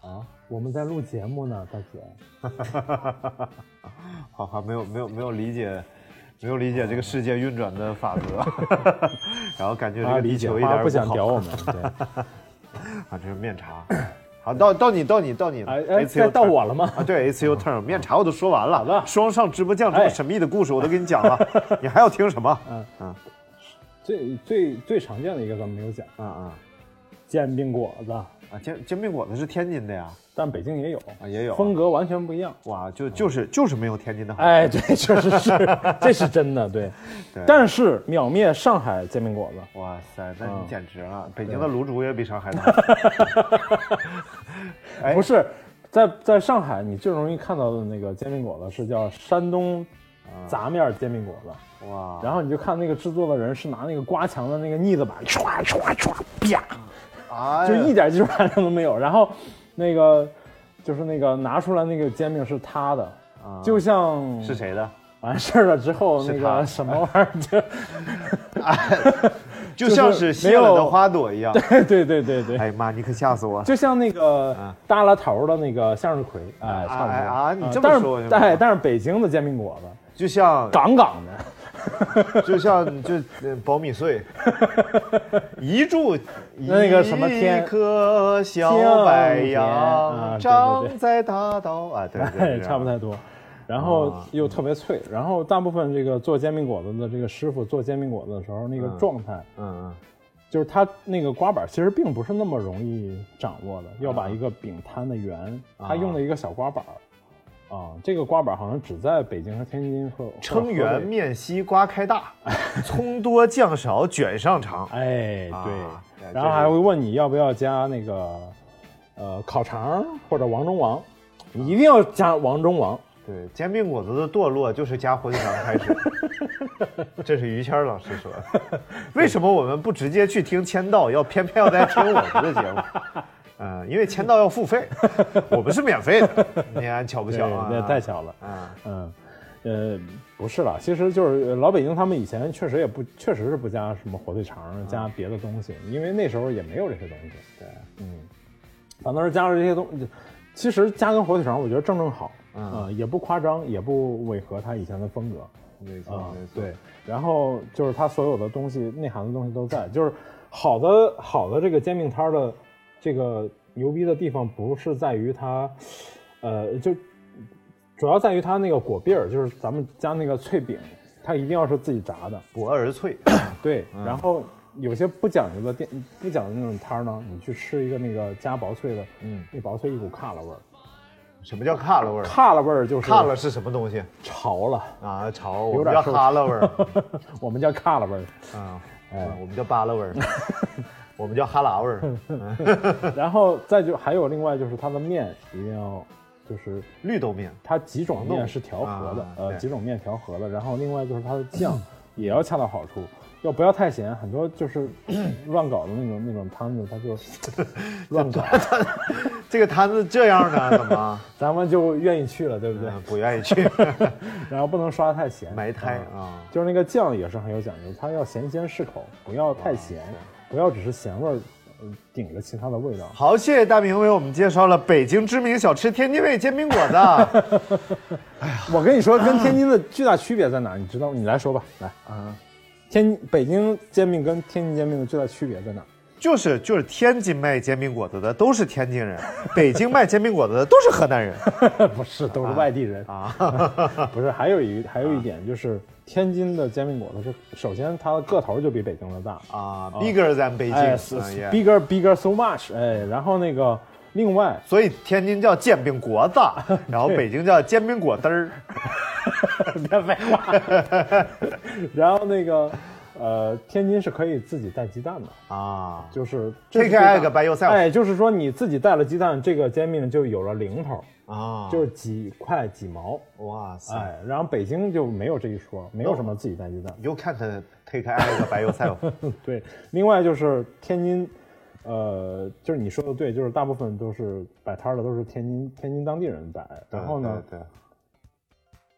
E: 的，
A: 啊，
C: 我们在录节目呢，大姐。
A: 花花没有没有没有理解，没有理解这个世界运转的法
C: [laughs]
A: 则，然后感觉这
C: 他
A: 个
C: 啊理
A: 地
C: 解，
A: 球一
C: 他
A: 点
C: 不想
A: 好 [laughs]
C: 屌我们。对，
A: 啊，这是面茶。好，到到你到你到你了，
C: 哎哎，
A: It's
C: 再
A: your
C: 到
A: turn
C: 我了哦哎吗？ [laughs]
A: 啊，对，It's your turn，面茶我都说完了。
C: 的
A: 双上直播酱这么
C: 哎
A: 神秘的故事我都给你讲了，
C: [laughs]
A: 你还要听什么？
C: 嗯最最最常见的一个咱们没有讲，啊
A: 嗯嗯
C: 煎饼果子，
A: 啊，煎煎饼果子是天津的呀，
C: 但北京也有，
A: 啊也有啊
C: 风格完全不一样。
A: 哇，就就是就是没有天津的好。
C: 嗯哎，对，确实是，这是真的，对。
A: [laughs] 对
C: 但是秒灭上海煎饼果子，
A: 哇塞，那你
C: 嗯
A: 简直了！北京的卤煮也比上海的好。哎
C: 不是在在上海你最容易看到的那个煎饼果子是叫山东
A: 啊
C: 杂面煎饼果子。
A: 哇，
C: 然后你就看那个制作的人是拿那个刮墙的那个腻子板，唰唰唰，啪，
A: 哎
C: [laughs] 就
A: 呀
C: 一点技术含量都没有。然后那个就是那个拿出来那个煎饼是他的，就像
A: 啊是谁的？
C: 完事儿了之后
A: 是
C: 那
A: 他
C: 个什么玩意儿就， [laughs]
A: 就像
C: 就是是
A: 谢了
C: 没
A: 的
C: 有
A: 花朵一样。
C: 对对对对对，
A: 哎妈，你可吓死我！
C: 就像那个耷拉头的那个向日葵，哎，差不
A: 哎
C: 多
A: 啊你
C: 呃
A: 这么
C: 但是
A: 说我就明白
C: 哎，但是北京的煎饼果子
A: 就像
C: 杠杠的，
A: 就像就呃苞米
C: [laughs]
A: 穗，一柱
C: 那个什么天
A: 一颗小白杨
C: 啊对对对
A: 长在大道啊，对啊对
C: [laughs] 哎，
A: 对，
C: 差不
A: 多。
C: 太多。然后又特别脆，然后大部分这个做煎饼果子的这个师傅做煎饼果子的时候，那个状态
A: 嗯
C: 就是它那个刮板其实并不是那么容易掌握的，要
A: 嗯
C: 把一个饼摊的圆，
A: 啊
C: 它用了一个小刮板儿，啊，这个刮板好像只在北京和天津和
A: 撑圆，
C: 和
A: 面稀瓜开大，葱多酱少卷上长
C: 河北。哎，
A: 啊
C: 对，
A: 哎
C: 然后
A: 这
C: 还
A: 是
C: 会问你要不要加那个呃烤肠儿或者王中
A: 啊
C: 王，你一定要加王中王，
A: 对，煎饼果子的堕落就是加火腿肠开始。
C: [laughs]
A: 这是于谦儿老师说的。为什么我们不直接去听签到，要偏偏要来听我们的节目？
C: [laughs]
A: 嗯，因为签到要付费，我们是免费的。你看巧不巧啊？
C: 对那太巧了。
A: 啊！
C: 嗯，呃，不是啦，其实就是呃老北京他们以前确实也不，确实是不加什么火腿肠儿，
A: 嗯
C: 加别的东西，因为那时候也没有这些东西。对，嗯，反倒是加了这些东西，其实加跟火腿肠儿，我觉得正正好，
A: 嗯
C: 啊、也不夸张，也不违和他以前的风格。
A: 没错
C: 啊
A: 没，错，
C: 对，然后就是它所有的东西内涵的东西都在，就是好的好的这个煎饼摊儿的这个牛逼的地方，不是在于它，呃，就主要在于它那个果篦儿，就是咱们家那个脆饼，它一定要是自己炸的，
A: 薄而脆。
C: 对，
A: 嗯
C: 然后。有些不讲究的店，不讲究那种摊儿呢，你去吃一个那个加薄脆的，
A: 嗯，
C: 那薄脆一股卡了味儿，
A: 什么叫卡了味儿？
C: 卡了味儿就是
A: 卡了是什么东西
C: 潮了，
A: 啊？潮，我
C: 有
A: 们
C: 点
A: 叫
C: 受
A: 哈了味儿
C: [laughs] 我们叫卡了味儿。 [laughs]
A: 啊，嗯我们叫巴了味儿，我们叫哈喇味儿，
C: 然后再就还有另外就是它的面一定要，就是
A: 绿豆面。
C: 它几种面是调和的
A: 啊，
C: 呃，
A: 对
C: 几种面调和的。然后另外就是它的酱也要恰到好处，要不要太咸？很多就是 [coughs] 乱搞的那种那种摊子，它就
A: [laughs]
C: 乱搞，
A: 这个摊子这样呢，怎么？
C: 咱们就愿意去了， [laughs] 对不对？
A: 嗯不愿意
C: [laughs]
A: 去
C: 然后不能刷得太咸，
A: 埋汰
C: 嗯
A: 啊！
C: 就是那个酱也是很有讲究，它要咸鲜适口，不要
A: 啊
C: 太咸，不要只是咸味儿呃顶着其他的味道。
A: 好，谢谢大明为我们介绍了北京知名小吃天津味煎饼果子
C: [laughs]
A: 啊。
C: 我跟你说，跟天津的巨大区别在哪儿？你知道吗？你来说吧，来啊。天北京煎饼跟天津煎饼的最大区别在哪儿？
A: 就是就是天津卖煎饼果子的都是天津人，北京卖煎饼果子的都是河
C: [laughs]
A: 南人
C: 不是，都是外地人。
A: 啊。
C: [laughs] 不是，还有一还有一点就是，天津的煎饼果子是，首先它的个头就比北京的大，
A: 啊，bigger than 北京，
C: 哎
A: 嗯
C: ，s-
A: yeah
C: ，bigger bigger so much，哎，然后那个另外 [laughs]
A: 所以天津叫煎饼果子，然后北京叫煎饼果嘚儿。
C: 别废话，然后那个呃，天津是可以自己带鸡蛋的，
A: 啊，
C: 就是这
A: take
C: 是最大
A: egg by yourself
C: 哎，就是说你自己带了鸡蛋，这个煎饼就有了零头，
A: 啊，
C: 就是几块几毛，
A: 哇塞，
C: 哎，然后北京就没有这一说，没
A: 哦
C: 有什么自己带鸡蛋。
A: 又看看 take
C: [laughs]
A: egg by yourself
C: 对，另外就是天津，呃，就是你说的对，就是大部分都是摆摊儿的都是天津天津当地人摆，
A: 对。
C: 然后呢，
A: 对，对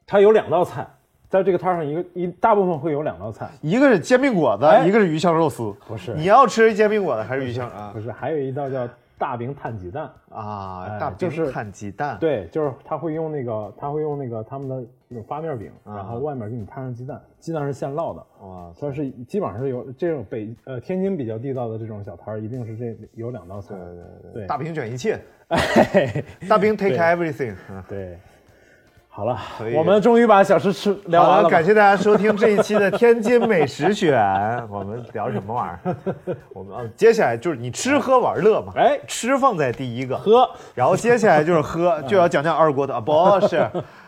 C: 它有两道菜，在这个摊儿上一个一大部分会有两道菜，
A: 一个是煎饼果子，
C: 哎
A: 一个是鱼香肉丝。
C: 不是
A: 你要吃煎饼果子还是鱼香啊
C: 不？是，还有一道叫大饼摊鸡蛋，
A: 啊，
C: 哎
A: 大
C: 就
A: 饼
C: 是
A: 摊鸡蛋。
C: 对，就是他会用那个他会用那个他们的那种发面饼，
A: 啊
C: 然后外面给你摊上鸡蛋，鸡蛋是现烙的。
A: 哇，
C: 所以是基本上是有这种北呃天津比较地道的这种小摊儿，一定是这有两道菜
A: 对。对对，
C: 对
A: 大饼卷一切，
C: [laughs] 对
A: 大饼 take
C: 对 [laughs]
A: everything。嗯
C: 对，好了
A: 可以，
C: 我们终于把小吃吃聊
A: 好
C: 完
A: 了，
C: 了吧。
A: 感谢大家收听这一期的天津美食选。我们聊什么玩意
C: [laughs]
A: 儿？我们啊，接下来就是你吃喝玩乐嘛。
C: 哎
A: 吃放在第一个，
C: 喝，
A: 然后接下来就是喝，
C: [laughs]
A: 就要讲讲二锅头啊，不是，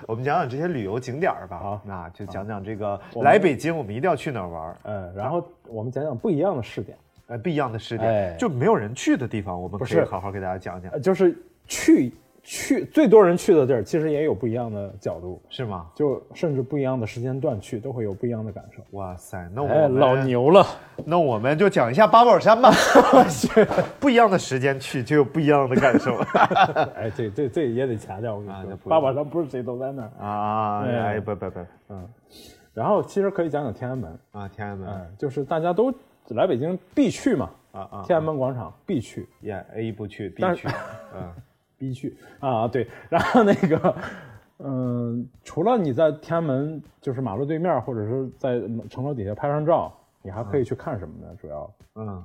A: 我们讲讲这些旅游景点儿吧。
C: 好
A: 那就讲讲这个
C: 我们
A: 来北京我们一定要去哪儿玩儿，
C: 嗯，然后我们讲讲不一样的试点，
A: 呃，不一样的试
C: 哎
A: 点，就没有人去的地方，我们可
C: 不
A: 以
C: 是
A: 好好给大家讲讲
C: 呃，，就是去去最多人去的地儿，其实也有不一样的角度，
A: 是吗？
C: 就甚至不一样的时间段去，都会有不一样的感受。
A: 哇塞，那我
C: 哎，
A: 们
C: 老牛了，
A: 那我们就讲一下八宝山吧， [laughs] 不一样的时间去就有不一样的感
C: [laughs]
A: 受
C: 哎，这这这也得强调，我跟
A: 啊
C: 你
A: 那
C: 说，
A: 不
C: 八宝山不是谁都在那儿。
A: 啊！
C: 对
A: 哎，不不不
C: 然后其实可以讲讲天安门，
A: 啊，天安门啊
C: 嗯，就是大家都来北京必去嘛，
A: 啊，
C: 天安门广场必去。
A: 也 A 不去 B
C: 但是
A: 去，嗯，
C: 必去啊，对，然后那个，嗯，除了你在天安门就是马路对面，或者是在城楼底下拍张照，你还可以去看什么呢？主要
A: 嗯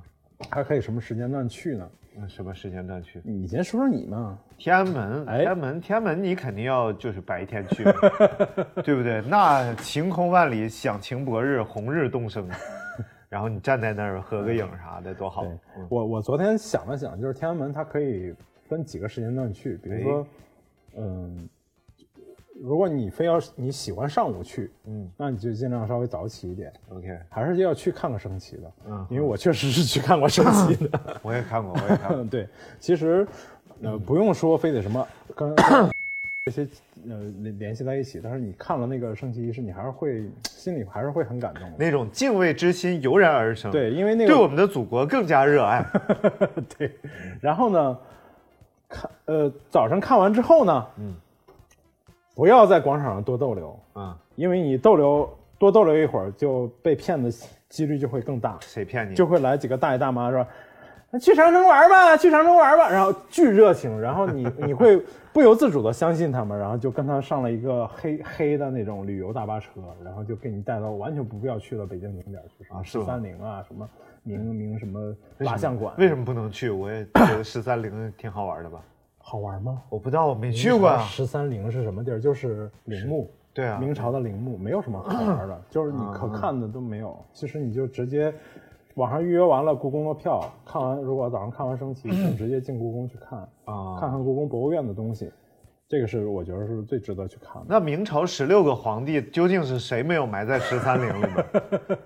C: 还可以什么时间段去呢？
A: 嗯，什么时间段去？
C: 你先说说你嘛，
A: 天安门，
C: 哎
A: 天安门，天安门，你肯定要就是白天去，
C: [laughs]
A: 对不对？那晴空万里，响晴博日，红日东
C: [laughs]
A: 升，然后你站在那儿合个影啥的，多好嗯
C: 对、！我我昨天想了想，就是天安门它可以分几个时间段去，比如说，嗯，如果你非要你喜欢上午去，
A: 嗯
C: 那你就尽量稍微早起一点，
A: ，OK，
C: 还是要去看过升旗的，
A: 嗯
C: 因为我确实是去看过升旗的。
A: 我也看过，我也看
C: [laughs]
A: 过，
C: 嗯，对，其实呃不用说非得什么跟这些呃联联系在一起，但是你看了那个升旗仪式，你还是会心里还是会很感动的。
A: 那种敬畏之心油然而生，，
C: 对，因为那
A: 对我
C: 个
A: 们的祖国更加热爱。
C: 对然后呢，看呃早上看完之后呢，嗯，不要在广场上多逗留，
A: 嗯，
C: 因为你逗留多逗留一会儿就被骗的几率就会更大。
A: 谁骗你？
C: 就会来几个大爷大妈说：“去长城玩吧，去长城玩吧。”然后巨热情，然后
A: [laughs]
C: 你你会不由自主的相信他们，然后就跟他上了一个黑黑的那种旅游大巴车，然后就给你带到完全不要去的北京景点去，什
A: 啊
C: 么
A: 是
C: 十
A: 吗
C: 三陵啊，什么明明什么蜡像馆，
A: 为什么不能去？我也觉得十三陵挺好玩的吧？
C: 好玩吗？
A: 我不知道，我没去过啊。
C: 十三陵是什么地儿？就是陵墓。
A: 对啊，
C: 明朝的陵墓没有什么好
A: [coughs]
C: 玩的，就是你可看的都没有。
A: 啊
C: 其实你就直接网上预约完了故宫的票，看完如果早上看完升旗，就直接进故宫去看，
A: 啊，
C: 看看故宫博物院的东西，这个是我觉得是最值得去看的。
A: 那明朝十六个皇帝究竟是谁没有埋在十三陵里 [laughs] 边？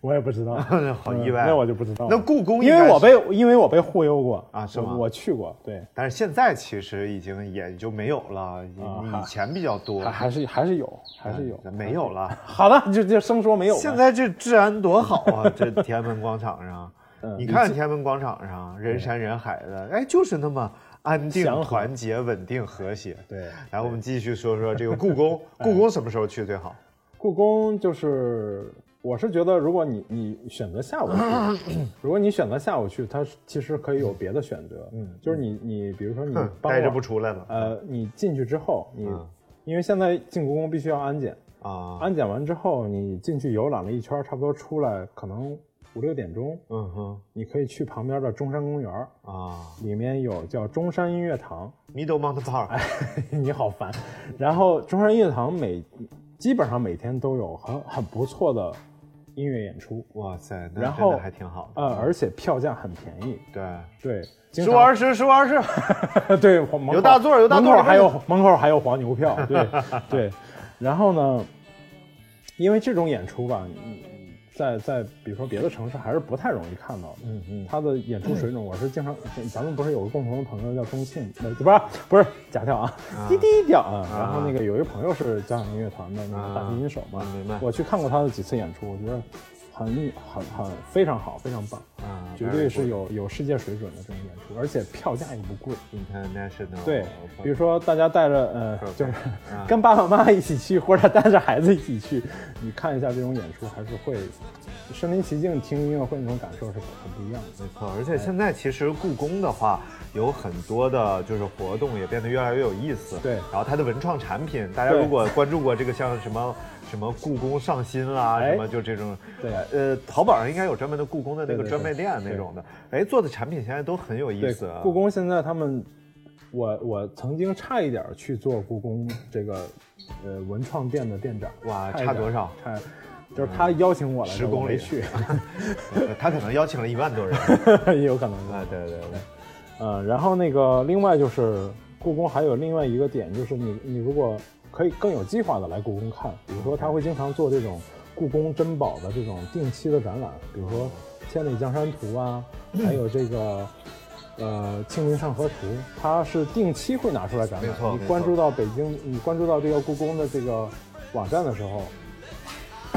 C: 我也不知道，
A: 好意外
C: [laughs]
A: 啊
C: 嗯那我就不知道了。
A: 那故宫应
C: 因
A: 该
C: 为
A: 是
C: 我被因为我被忽悠过
A: 啊是吗
C: 我我去过，对，
A: 但是现在其实已经也就没有了，以
C: 还
A: 以前比较多
C: 啊还，还是还是有，还是有。啊
A: 没有了。
C: 好的，就就生说没有吧。
A: 哎现在这治安多好
C: [laughs]
A: 啊！这天安门广场上，
C: 嗯
A: 你看天安门广场上人山人海的，哎，就是那么安定、
C: 祥和
A: 团结、稳定、和谐。
C: 对。
A: 来，我们继续说说这个故
C: [laughs]
A: 宫，故宫什么时候去最好？
C: 故宫就是，我是觉得，如果你你选择下午去，如果你选择下午去，它其实可以有别的选择。嗯，就是你你比如说你
A: 哼嗯
C: 傍
A: 待
C: 晚
A: 着不出来了
C: 呃，你进去之后，你、
A: 嗯
C: 因为现在进故宫必须要安检，
A: 啊！
C: 安检完之后，你进去游览了一圈，差不多出来可能五六点钟，
A: 嗯哼
C: 你可以去旁边的中山公园儿，
A: 啊
C: 里面有叫中山音乐堂，
A: ，Middle Mount
C: 哎
A: Park，
C: [laughs] 你好烦。然后中山音乐堂每基本上每天都有很很不错的音乐演出，
A: 哇塞，那
C: 然
A: 真
C: 后
A: 的还挺好的。
C: 呃，而且票价很便宜。
A: 对，
C: 对，经
A: 十五
C: 常
A: 二十，十五二十，
C: [laughs] 对，我门口
A: 有大座儿有大座儿
C: 门口还
A: 没
C: 有门口还有黄牛票，
A: [laughs]
C: 对对。然后呢，因为这种演出吧，你在在比如说别的城市还是不太容易看到的。
A: 嗯嗯，
C: 他的演出水准，我是经常，咱们不是有个共同的朋友叫钟庆，呃，不是不是假跳啊，滴滴跳啊。然后那个有一个朋友是交响音乐团的那个大提琴手嘛
A: 啊明白，
C: 我去看过他的几次演出，我觉得很很很非常好，非常棒，
A: 啊
C: 绝对是有有世界水准的这种演出，而且票价也不贵。
A: 哦 international，
C: 对，比如说大家带着呃，
A: Perfect
C: 就是
A: 啊
C: 跟爸爸妈妈一起去，或者带着孩子一起去，你看一下这种演出，还是会身临其境听音乐会那种感受是很不一样的。
A: 没错，而且现在其实故宫的话，有很多的就是活动也变得越来越有意思。
C: 对
A: 然后它的文创产品，大家
C: 对
A: 如果关注过这个，像什么什么故宫上新啦，
C: 哎
A: 什么就这种，
C: 对
A: 呃，淘宝上应该有专门的故宫的那
C: 对
A: 个
C: 对
A: 专卖店那种的，哎，做的产品现在都很有意
C: 对
A: 思啊。，
C: 故宫现在他们，我我曾经差一点儿去做故宫这个呃文创店的店长，
A: 哇，
C: 差一
A: 差
C: 点
A: 多少？
C: 差，就是他邀请我来，
A: 10
C: 我
A: 公
C: 没
A: 里 [laughs]
C: 去，
A: 呃他可能邀请了一万
C: [laughs]
A: 多人
C: 也有可能
A: 啊！对对对，
C: 嗯，然后那个另外就是故宫还有另外一个点，就是你你如果可以更有计划的来故宫看，比如说他会经常做这种故宫珍宝的这种定期的展览，比如说《千里江山图》啊，还有这个呃《清明上河图》，它是定期会拿出来展
A: 没
C: 览
A: 错。
C: 你
A: 没
C: 关
A: 错
C: 注到北京，你关注到这个故宫的这个网站的时候，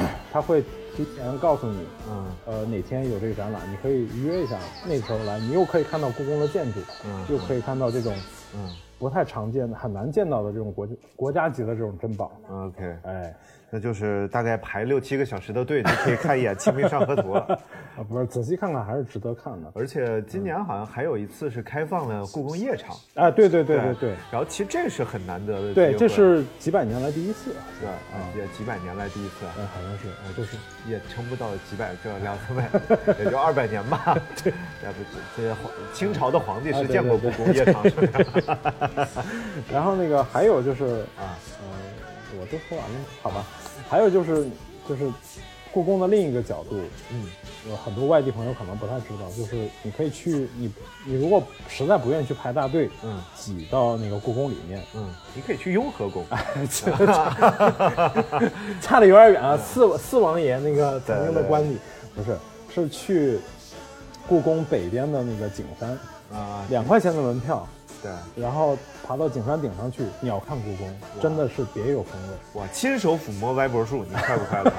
C: [coughs] 它会提前告诉你
A: 嗯
C: 呃，哪天有这个展览，你可以预约一下，那时候来，你又可以看到故宫的建筑，
A: 嗯
C: 又可以看到这种
A: 嗯
C: 不太常见的、很难见到的这种国国家级的这种珍宝。
A: ，OK，
C: 哎，
A: 那就是大概排六七个小时的队就可以看一眼《清明上河图》了。
C: 啊，不是，仔细看看还是值得看的。
A: 而且
C: 嗯
A: 今年好像还有一次是开放了故宫夜场，
C: 哎，对对对对对
A: 然后其实这是很难得的机会，
C: 对，这是几百年来第一次，
A: 是吧？也几百年来第一次，
C: 嗯，好像是，哎，就是
A: 也撑不到几百，就两三百，也就二百年
C: [laughs]
A: 吧。对，要不这这皇清朝的皇
C: 啊
A: 帝是见过故宫夜
C: [laughs]
A: 场是吧？
C: 然后那个还有就是，
A: 啊，
C: 呃，我都说完了，好吧？还有就是就是故宫的另一个角度，
A: 嗯，
C: 有很多外地朋友可能不太知道，就是你可以去你你如果实在不愿意去排大队，
A: 嗯
C: 挤到那个故宫里面， [laughs]
A: 嗯，你可以去雍和宫，
C: 啊差的有点远啊。四四王爷那个曾经
A: 对
C: 的
A: 对
C: 官邸，不是是去故宫北边的那个景山，
A: 啊，
C: 两块钱的门票，
A: 对，
C: 然后爬到景山顶上去鸟瞰故宫，真的是别有风味。
A: 我亲手抚摸歪脖树，你快不
C: [laughs]
A: 快乐？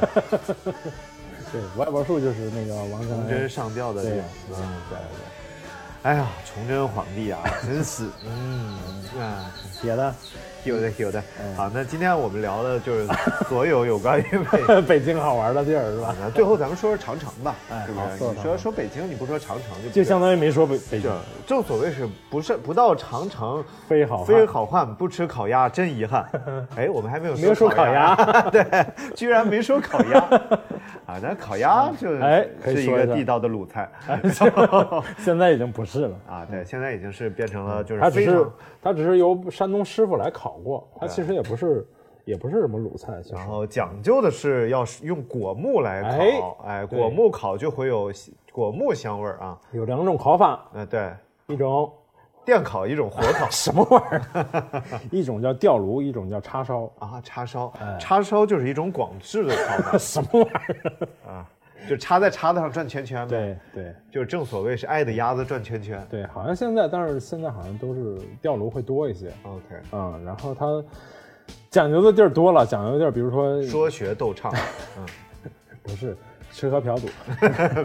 C: 对，歪脖树就是那个王
A: 崇
C: 承
A: 祯
C: 恩，
A: 上吊的这
C: 对
A: 个，嗯，对对。哎呀，崇祯皇帝啊，真是，嗯啊，
C: 别的
A: 有的有的。
C: 嗯
A: 好，那今天我们聊的就是所有有关于北京
C: 北京好玩的地儿是吧？
A: 的。最后咱们说说长城吧，
C: 哎
A: 是不
C: 好
A: 是？
C: 说说
A: 你
C: 长
A: 说
C: 城
A: 说北京，你不说长城就不
C: [laughs] 就
A: 对
C: 相当于没说北北京
A: 就，正所谓是不是不到长城
C: 非好汉
A: 非好汉不吃烤鸭真遗
C: [laughs]
A: 憾。哎，我们还没有
C: 没有说
A: 烤
C: 烤鸭，
A: 对，居然没说烤鸭啊！咱烤鸭就
C: [laughs] 哎可以
A: 是一
C: 说
A: 个
C: 一下哎
A: 地道的鲁菜。
C: [laughs] 现在已经不是了。
A: 啊，对，现在已经是变成了就是
C: 嗯它只
A: 非
C: 是
A: 常，
C: 它只是由山东师傅来烤过，它其实也不是也不是什么鲁菜，其实
A: 然后讲究的是要是用果木来烤，哎，
C: 对
A: 果木烤就会有果木香味儿啊。
C: 有两种烤法，
A: 嗯，对，
C: 一种
A: 电烤一种火
C: [laughs]
A: 烤
C: 什么味儿，一种叫吊 [laughs] 炉，一种叫叉烧，，
A: 啊，叉烧，叉烧就是一种广式的烤法
C: [laughs] 什么玩意儿？
A: 就插在叉子上转圈圈呗。
C: 对对
A: 对，就正所谓是爱的鸭子转圈圈。
C: 对，好像现在，但是现在好像都是吊炉会多一些，
A: OK，
C: 嗯，然后它讲究的地儿多了，讲究的地儿，比如说
A: 说学逗
C: [laughs]
A: 唱，
C: 不是吃喝嫖赌，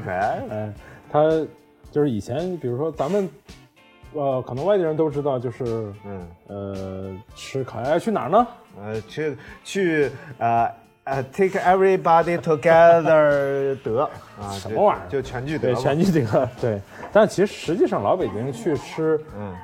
A: 哎，
C: 嗯，它就是以前，比如说咱们，呃，可能外地人都知道，就是
A: 嗯，
C: 呃，吃烤鸭去哪儿呢？
A: 呃，去去呃呃，take everybody together [laughs] 得啊，
C: 什
A: 就
C: 么玩意儿
A: 就全聚德
C: 啊 [laughs] 对，
A: 嘛
C: [laughs] 全聚德，对。但其实实际上，老北京去吃，
A: 嗯，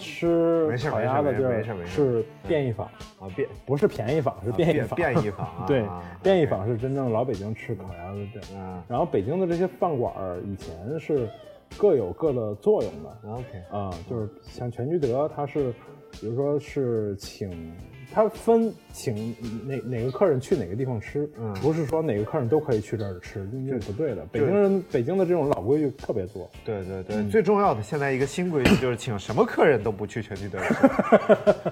C: 吃
A: 没事
C: 烤鸭的地
A: 没事
C: 儿
A: 没事没事
C: 是便宜坊，
A: 啊，变
C: 不是便宜坊，是
A: 啊
C: 便宜坊。
A: 便宜坊啊，
C: [laughs] 对
A: 啊，
C: 便宜坊是真正老北京吃烤鸭的地儿。
A: 啊
C: 然后北京的这些饭馆儿以前是各有各的作用的，
A: ，OK，
C: 啊、就是像全聚德，它是，比如说是请，它分请哪哪个客人去哪个地方吃，
A: 嗯
C: 不是说哪个客人都可以去这儿吃，那那不对的。北
A: 就
C: 京人北京的这种老规矩特别多，
A: 对对
C: 嗯
A: 对，最重要的现在一个新规矩就是请什么客人都不去全聚德吃，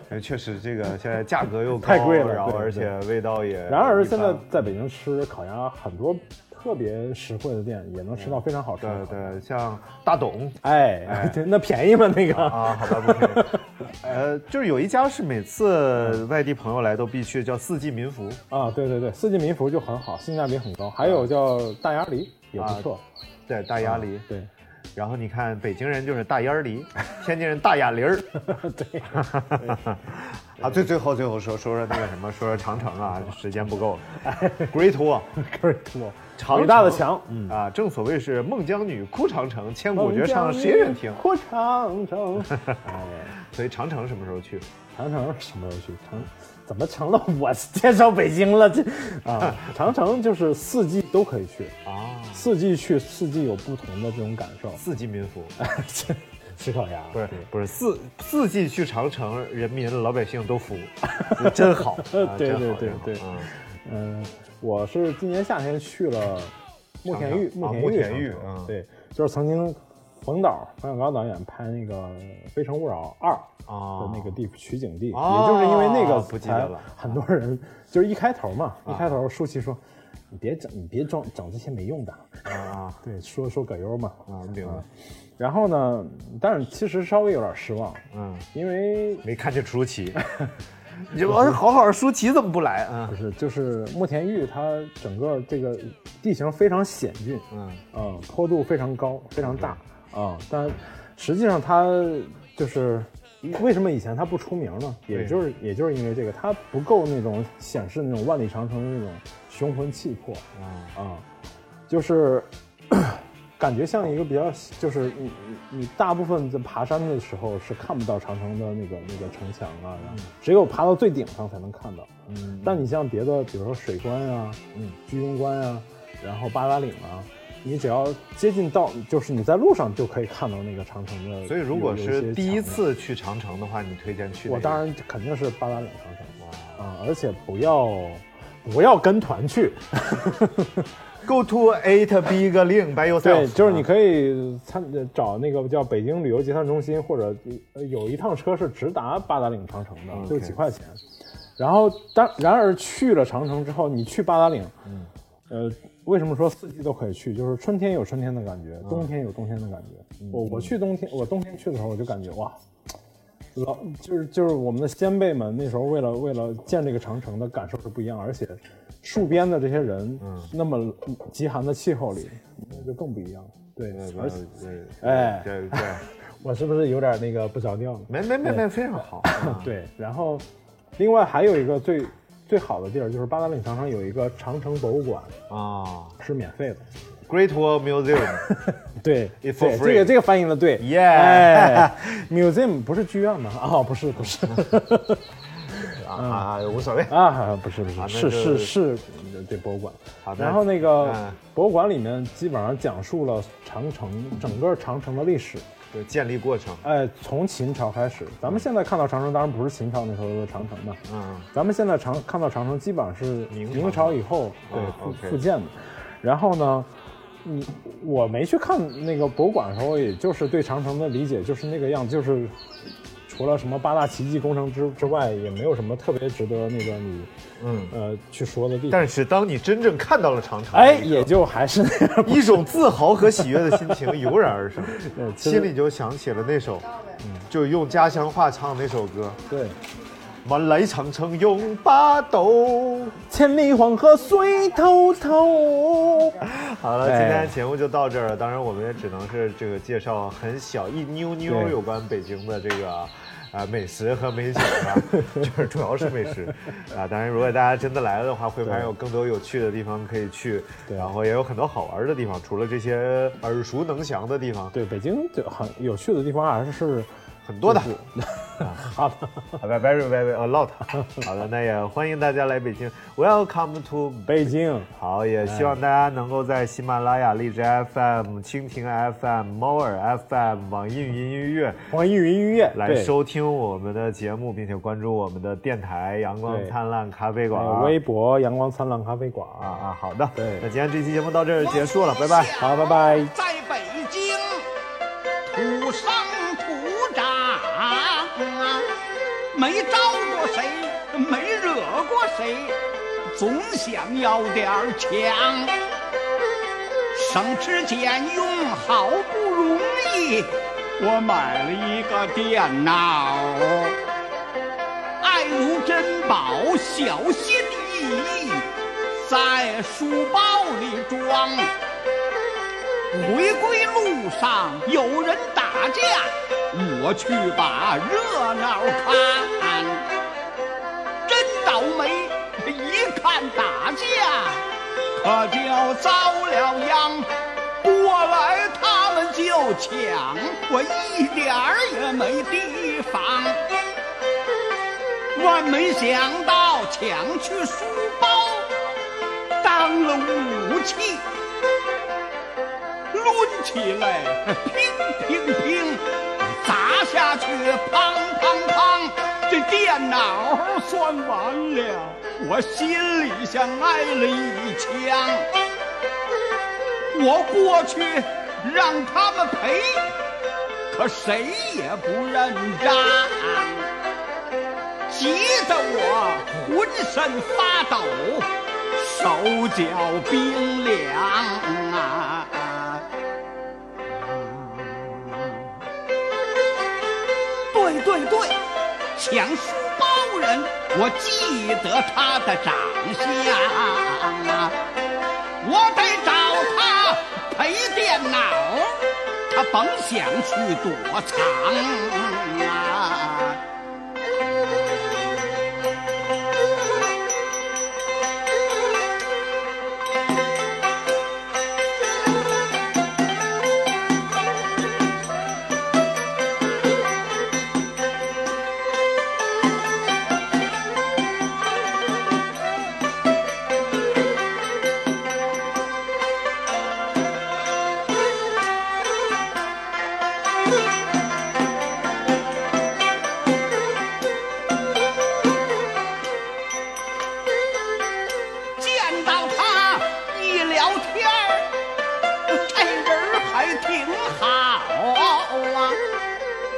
C: [laughs]
A: 因为确实这个现在价格又高
C: 太贵了
A: 然后
C: 对
A: 而且味道也一般，
C: 然而现在在北京吃烤鸭，很多特别实惠的店也能吃到非常好吃的
A: 嗯对
C: 烤鸭。
A: 对，像大董
C: [laughs] 哎，对那便宜吗？那个，
A: 啊，好吧，不便宜。呃，就是有一家是每次外地朋友来都必去，叫四季民福
C: 啊，对对对，四季民福就很好，性价比很高。还
A: 啊
C: 有叫大鸭梨也不错，
A: 对，大鸭梨。
C: 对，
A: 然后你看，北京人就是大鸭 [laughs] 梨，天津人大鸭梨儿。 [laughs] 对。啊，最最后最后说说说那个什么，说说长城 [laughs] 啊，时间不够了。Great [laughs] Wall
C: 可是多
A: 长
C: 伟大的
A: 城
C: 墙，嗯。
A: 啊，正所谓是孟姜女哭长城，千古绝唱谁人听？
C: 哭长城。哎，
A: 所以长城什么时候去？
C: 长城什么时候去？长怎么成了我介绍北京了？这啊，长城就是四季都可以去，
A: 啊，
C: 四季去四季有不同的这种感受。 [laughs]
A: 四季民福。
C: 吃吃烤鸭
A: 不是不是四四季去长城，人民老百姓都 [laughs] 服，真好，啊
C: 对
A: 真好
C: 对对
A: 真好
C: 对
A: 嗯
C: 嗯，我是今年夏天去了慕田峪，
A: 长城啊
C: 峪
A: 慕
C: 长
A: 田峪
C: 城
A: 嗯
C: 对，就是曾经冯导冯小刚导演拍那个《非诚勿扰二》
A: 啊
C: 的那个地取景地，
A: 哦
C: 也就是因为那个
A: 不记得了啊
C: 才很多人就是一开头嘛，一开头舒淇说。你别整，你别装整这些没用的。
A: 啊
C: 对，说说葛优嘛。
A: 啊，明白，
C: 然后呢，但是其实稍微有点失望，
A: 嗯，
C: 因为
A: 没看见舒
C: [laughs]
A: 淇，你这我好好的舒淇怎么不来啊
C: 不？是就是慕田峪，它整个这个地形非常险峻，
A: 嗯
C: 嗯，坡度非常高，非常大啊、但实际上它就是为什么以前它不出名呢？也就是也就是因为这个，它不够那种显示那种万里长城的那种雄浑气魄
A: 啊
C: 啊、就是 [coughs] 感觉像一个比较，就是你你你大部分在爬山的时候是看不到长城的那个那个城墙啊，然后只有爬到最顶上才能看到。
A: 嗯
C: 但你像别的，比如说水关啊，嗯，居庸关啊，然后八达岭啊，你只要接近到，就是你在路上就可以看到那个长城的。
A: 所以如果
C: 有有些
A: 是第一
C: 墙面
A: 次去长城的话，你推荐去哪
C: 我
A: 个？
C: 当然肯定是八达岭长城啊、而且不要不要跟团去，
A: [laughs] Go to eight big link by yourself，啊
C: 对，就是你可以参找那个叫北京旅游结算中心，或者呃有一趟车是直达八达岭长城的，就几块钱。然后，但然而去了长城之后，你去八达岭，呃，为什么说四季都可以去？就是春天有春天的感觉，冬天有冬天的感觉。我我去冬天，我冬天去的时候，我就感觉哇，老就是就是我们的先辈们那时候为了为了建这个长城的感受是不一样，而且戍边的这些人，那么极寒的气候里，那就更不一样了。对，而且
A: 对
C: 哎
A: 对
C: [laughs]
A: 对，
C: 我是不是有点那个不着调呢？
A: 没没没没，非常好，啊
C: 对，然后另外还有一个最最好的地儿就是八达岭长城有一个长城博物馆
A: 啊
C: 是免费的。
A: ，Great Wall Museum，
C: 对，
A: It's
C: 对，
A: for
C: 这
A: free
C: 个这个翻译的对
A: Yeah
C: 哎，museum 不是剧院吗？啊，不是不是
A: 啊
C: 嗯
A: 啊，无所谓，
C: 啊，不是不
A: 啊
C: 是
A: 那就
C: 是
A: 是
C: 是，对博物馆
A: 好。的
C: 然后那个
A: 嗯
C: 博物馆里面基本上讲述了长城整个长城的历史，
A: 就建立过程，
C: 哎，从秦朝开始，咱们现在看到长城当然不是秦朝那时候的长城嘛，
A: 嗯。
C: 咱们现在长看到长城基本上是
A: 明朝
C: 明朝以后对
A: 啊
C: 复
A: OK
C: 复建的，然后呢，你我没去看那个博物馆的时候，也就是对长城的理解就是那个样子，就是除了什么八大奇迹工程之之外，也没有什么特别值得那个你
A: 嗯
C: 呃去说的地方。
A: 但是当你真正看到了长城，
C: 哎，也就还是那
A: [laughs]
C: 样。
A: 一种自豪和喜悦的心情油然而生，
C: [laughs] 对其实
A: 心里就想起了那首，嗯就用家乡话唱那首歌
C: 对，
A: 《万里长城永不倒》。
C: 千里黄河随滔滔。
A: 好了，
C: 哎
A: 今天节目就到这儿了。当然，我们也只能是这个介绍很小一妞妞
C: 对
A: 有关北京的这个。啊，美食和美酒啊，
C: [laughs]
A: 就是主要是美食啊。当然，如果大家真的来了的话，会发现有更多有趣的地方可以去，
C: 对
A: 然后也有很多好玩的地方。除了这些耳熟能详的地方，
C: 对，北京就很有趣的地方还是啊
A: 很多的。
C: 好的， [laughs]
A: [laughs] Very very very a lot。好 [laughs] 的，那也欢迎大家来北京。Welcome to
C: 北京，
A: 好，也希望大家能够在喜马拉雅、荔枝 FM、蜻蜓 FM、猫耳 FM、网易云音乐
C: 网易云音乐
A: 来收听我们的节目，并且关注我们的电台“阳光
C: 对
A: 灿烂咖啡
C: 对
A: 馆”
C: 呃微博阳光灿烂咖啡馆。
A: 啊啊，好的，
C: 对
A: 那今天这期节目到这儿结束了，拜拜。
C: 好，拜拜。
E: 在北京土生土长，啊没招过谁，没惹过谁，总想要点儿强。省吃俭用，好不容易我买了一个电脑，爱如珍宝，小心翼翼在书包里装。回归路上有人打架，我去把热闹看。真倒霉，一看打架，可就遭了殃。过来他们就抢，我一点儿也没提防。万没想到抢去书包，当了武器。抡起来，乒乒乒，砸下去，砰砰砰，这电脑算完了，我心里像挨了一枪。我过去让他们赔，可谁也不认账，急得我浑身发抖，手脚冰凉啊！对对对，抢书包人，我记得他的长相啊，我得找他赔电脑，他甭想去躲藏啊。见到他一聊天儿，这人还挺好啊。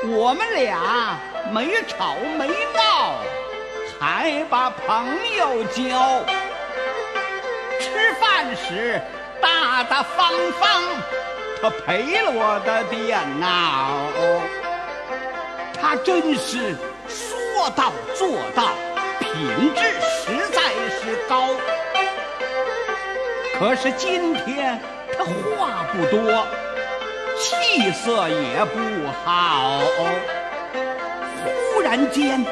E: 我们俩没吵没闹，还把朋友交。吃饭时大大方方，他赔了我的电脑。他真是说到做到，品质实在是高。可是今天他话不多，气色也不好。忽然间，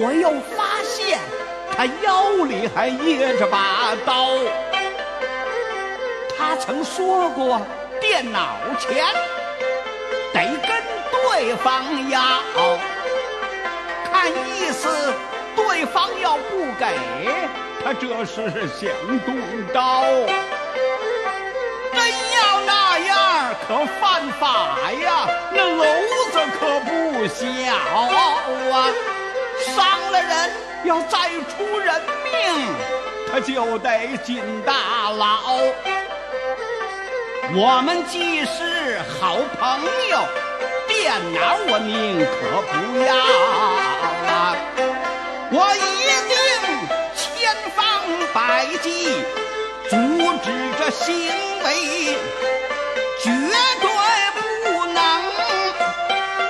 E: 我又发现他腰里还掖着把刀。他曾说过，电脑前得跟对方要。看意思，对方要不给，他这是想动刀。真要那样，可犯法呀，那篓子可不小啊！伤了人，要再出人命，他就得进大牢。我们既是好朋友，电脑我宁可不要啊！我一定千方百计阻止这行为，绝对不能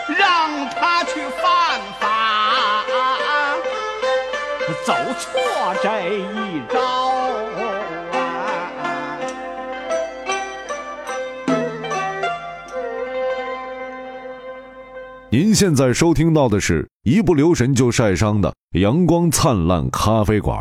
E: 让他去犯法，走错这一招啊！
F: 您现在收听到的是一不留神就晒伤的阳光灿烂咖啡馆。